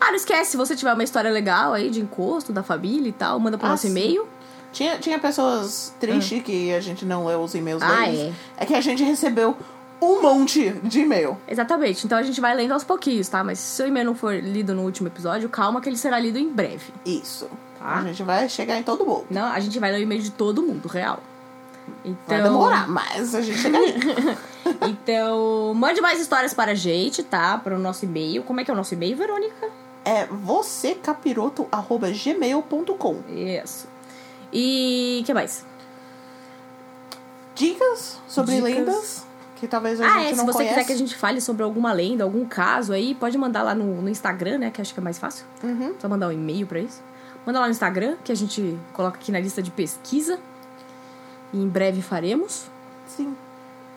B: Ah, não esquece, se você tiver uma história legal aí de encosto, da família e tal, manda pro
A: Ah,
B: nosso
A: sim.
B: e-mail.
A: Tinha, tinha pessoas tristes que a gente não leu os e-mails
B: Ah,
A: deles. É. que a gente recebeu um monte de e-mail.
B: Exatamente, então a gente vai lendo aos pouquinhos, tá? Mas se o e-mail não for lido no último episódio, calma que ele será lido em breve.
A: Isso.
B: Tá.
A: A gente vai chegar em todo mundo.
B: Não, a gente vai ler o e-mail de todo mundo, real. Então...
A: Vai demorar, mas a gente chega aí.
B: Então, mande mais histórias para a gente, tá? Para o nosso e-mail. Como é que é o nosso e-mail, Verônica?
A: É vocêcapiroto.gmail.com
B: Isso. E que mais?
A: Dicas sobre
B: Dicas.
A: lendas que talvez a
B: ah,
A: gente
B: é. Se
A: não
B: você
A: conheça.
B: quiser que a gente fale sobre alguma lenda, algum caso aí, pode mandar lá no, no Instagram, né? Que acho que é mais fácil.
A: Uhum.
B: Só mandar um e-mail para isso. Manda lá no Instagram, que a gente coloca aqui na lista de pesquisa. E em breve faremos.
A: Sim.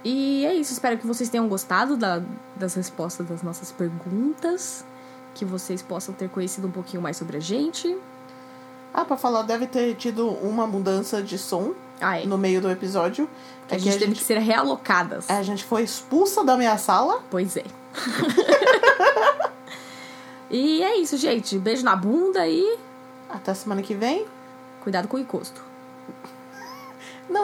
B: E é isso, espero que vocês tenham gostado da- das respostas das nossas perguntas. Que vocês possam ter conhecido um pouquinho mais sobre a gente.
A: Ah, pra falar, deve ter tido uma mudança de som
B: Ah, é.
A: no meio do episódio.
B: A
A: É que
B: gente É. teve que ser realocadas.
A: a gente foi expulsa da minha sala.
B: Pois é. e é isso, gente. Beijo na bunda e
A: Até semana que vem.
B: cuidado com o encosto.
A: Não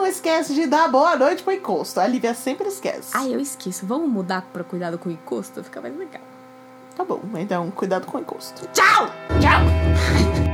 A: não esquece de dar boa noite pro encosto. A Lívia sempre esquece.
B: Ai, eu esqueço. Vamos mudar pra cuidado com o encosto? Fica mais legal.
A: Tá bom, então cuidado com o encosto.
B: Tchau! Tchau!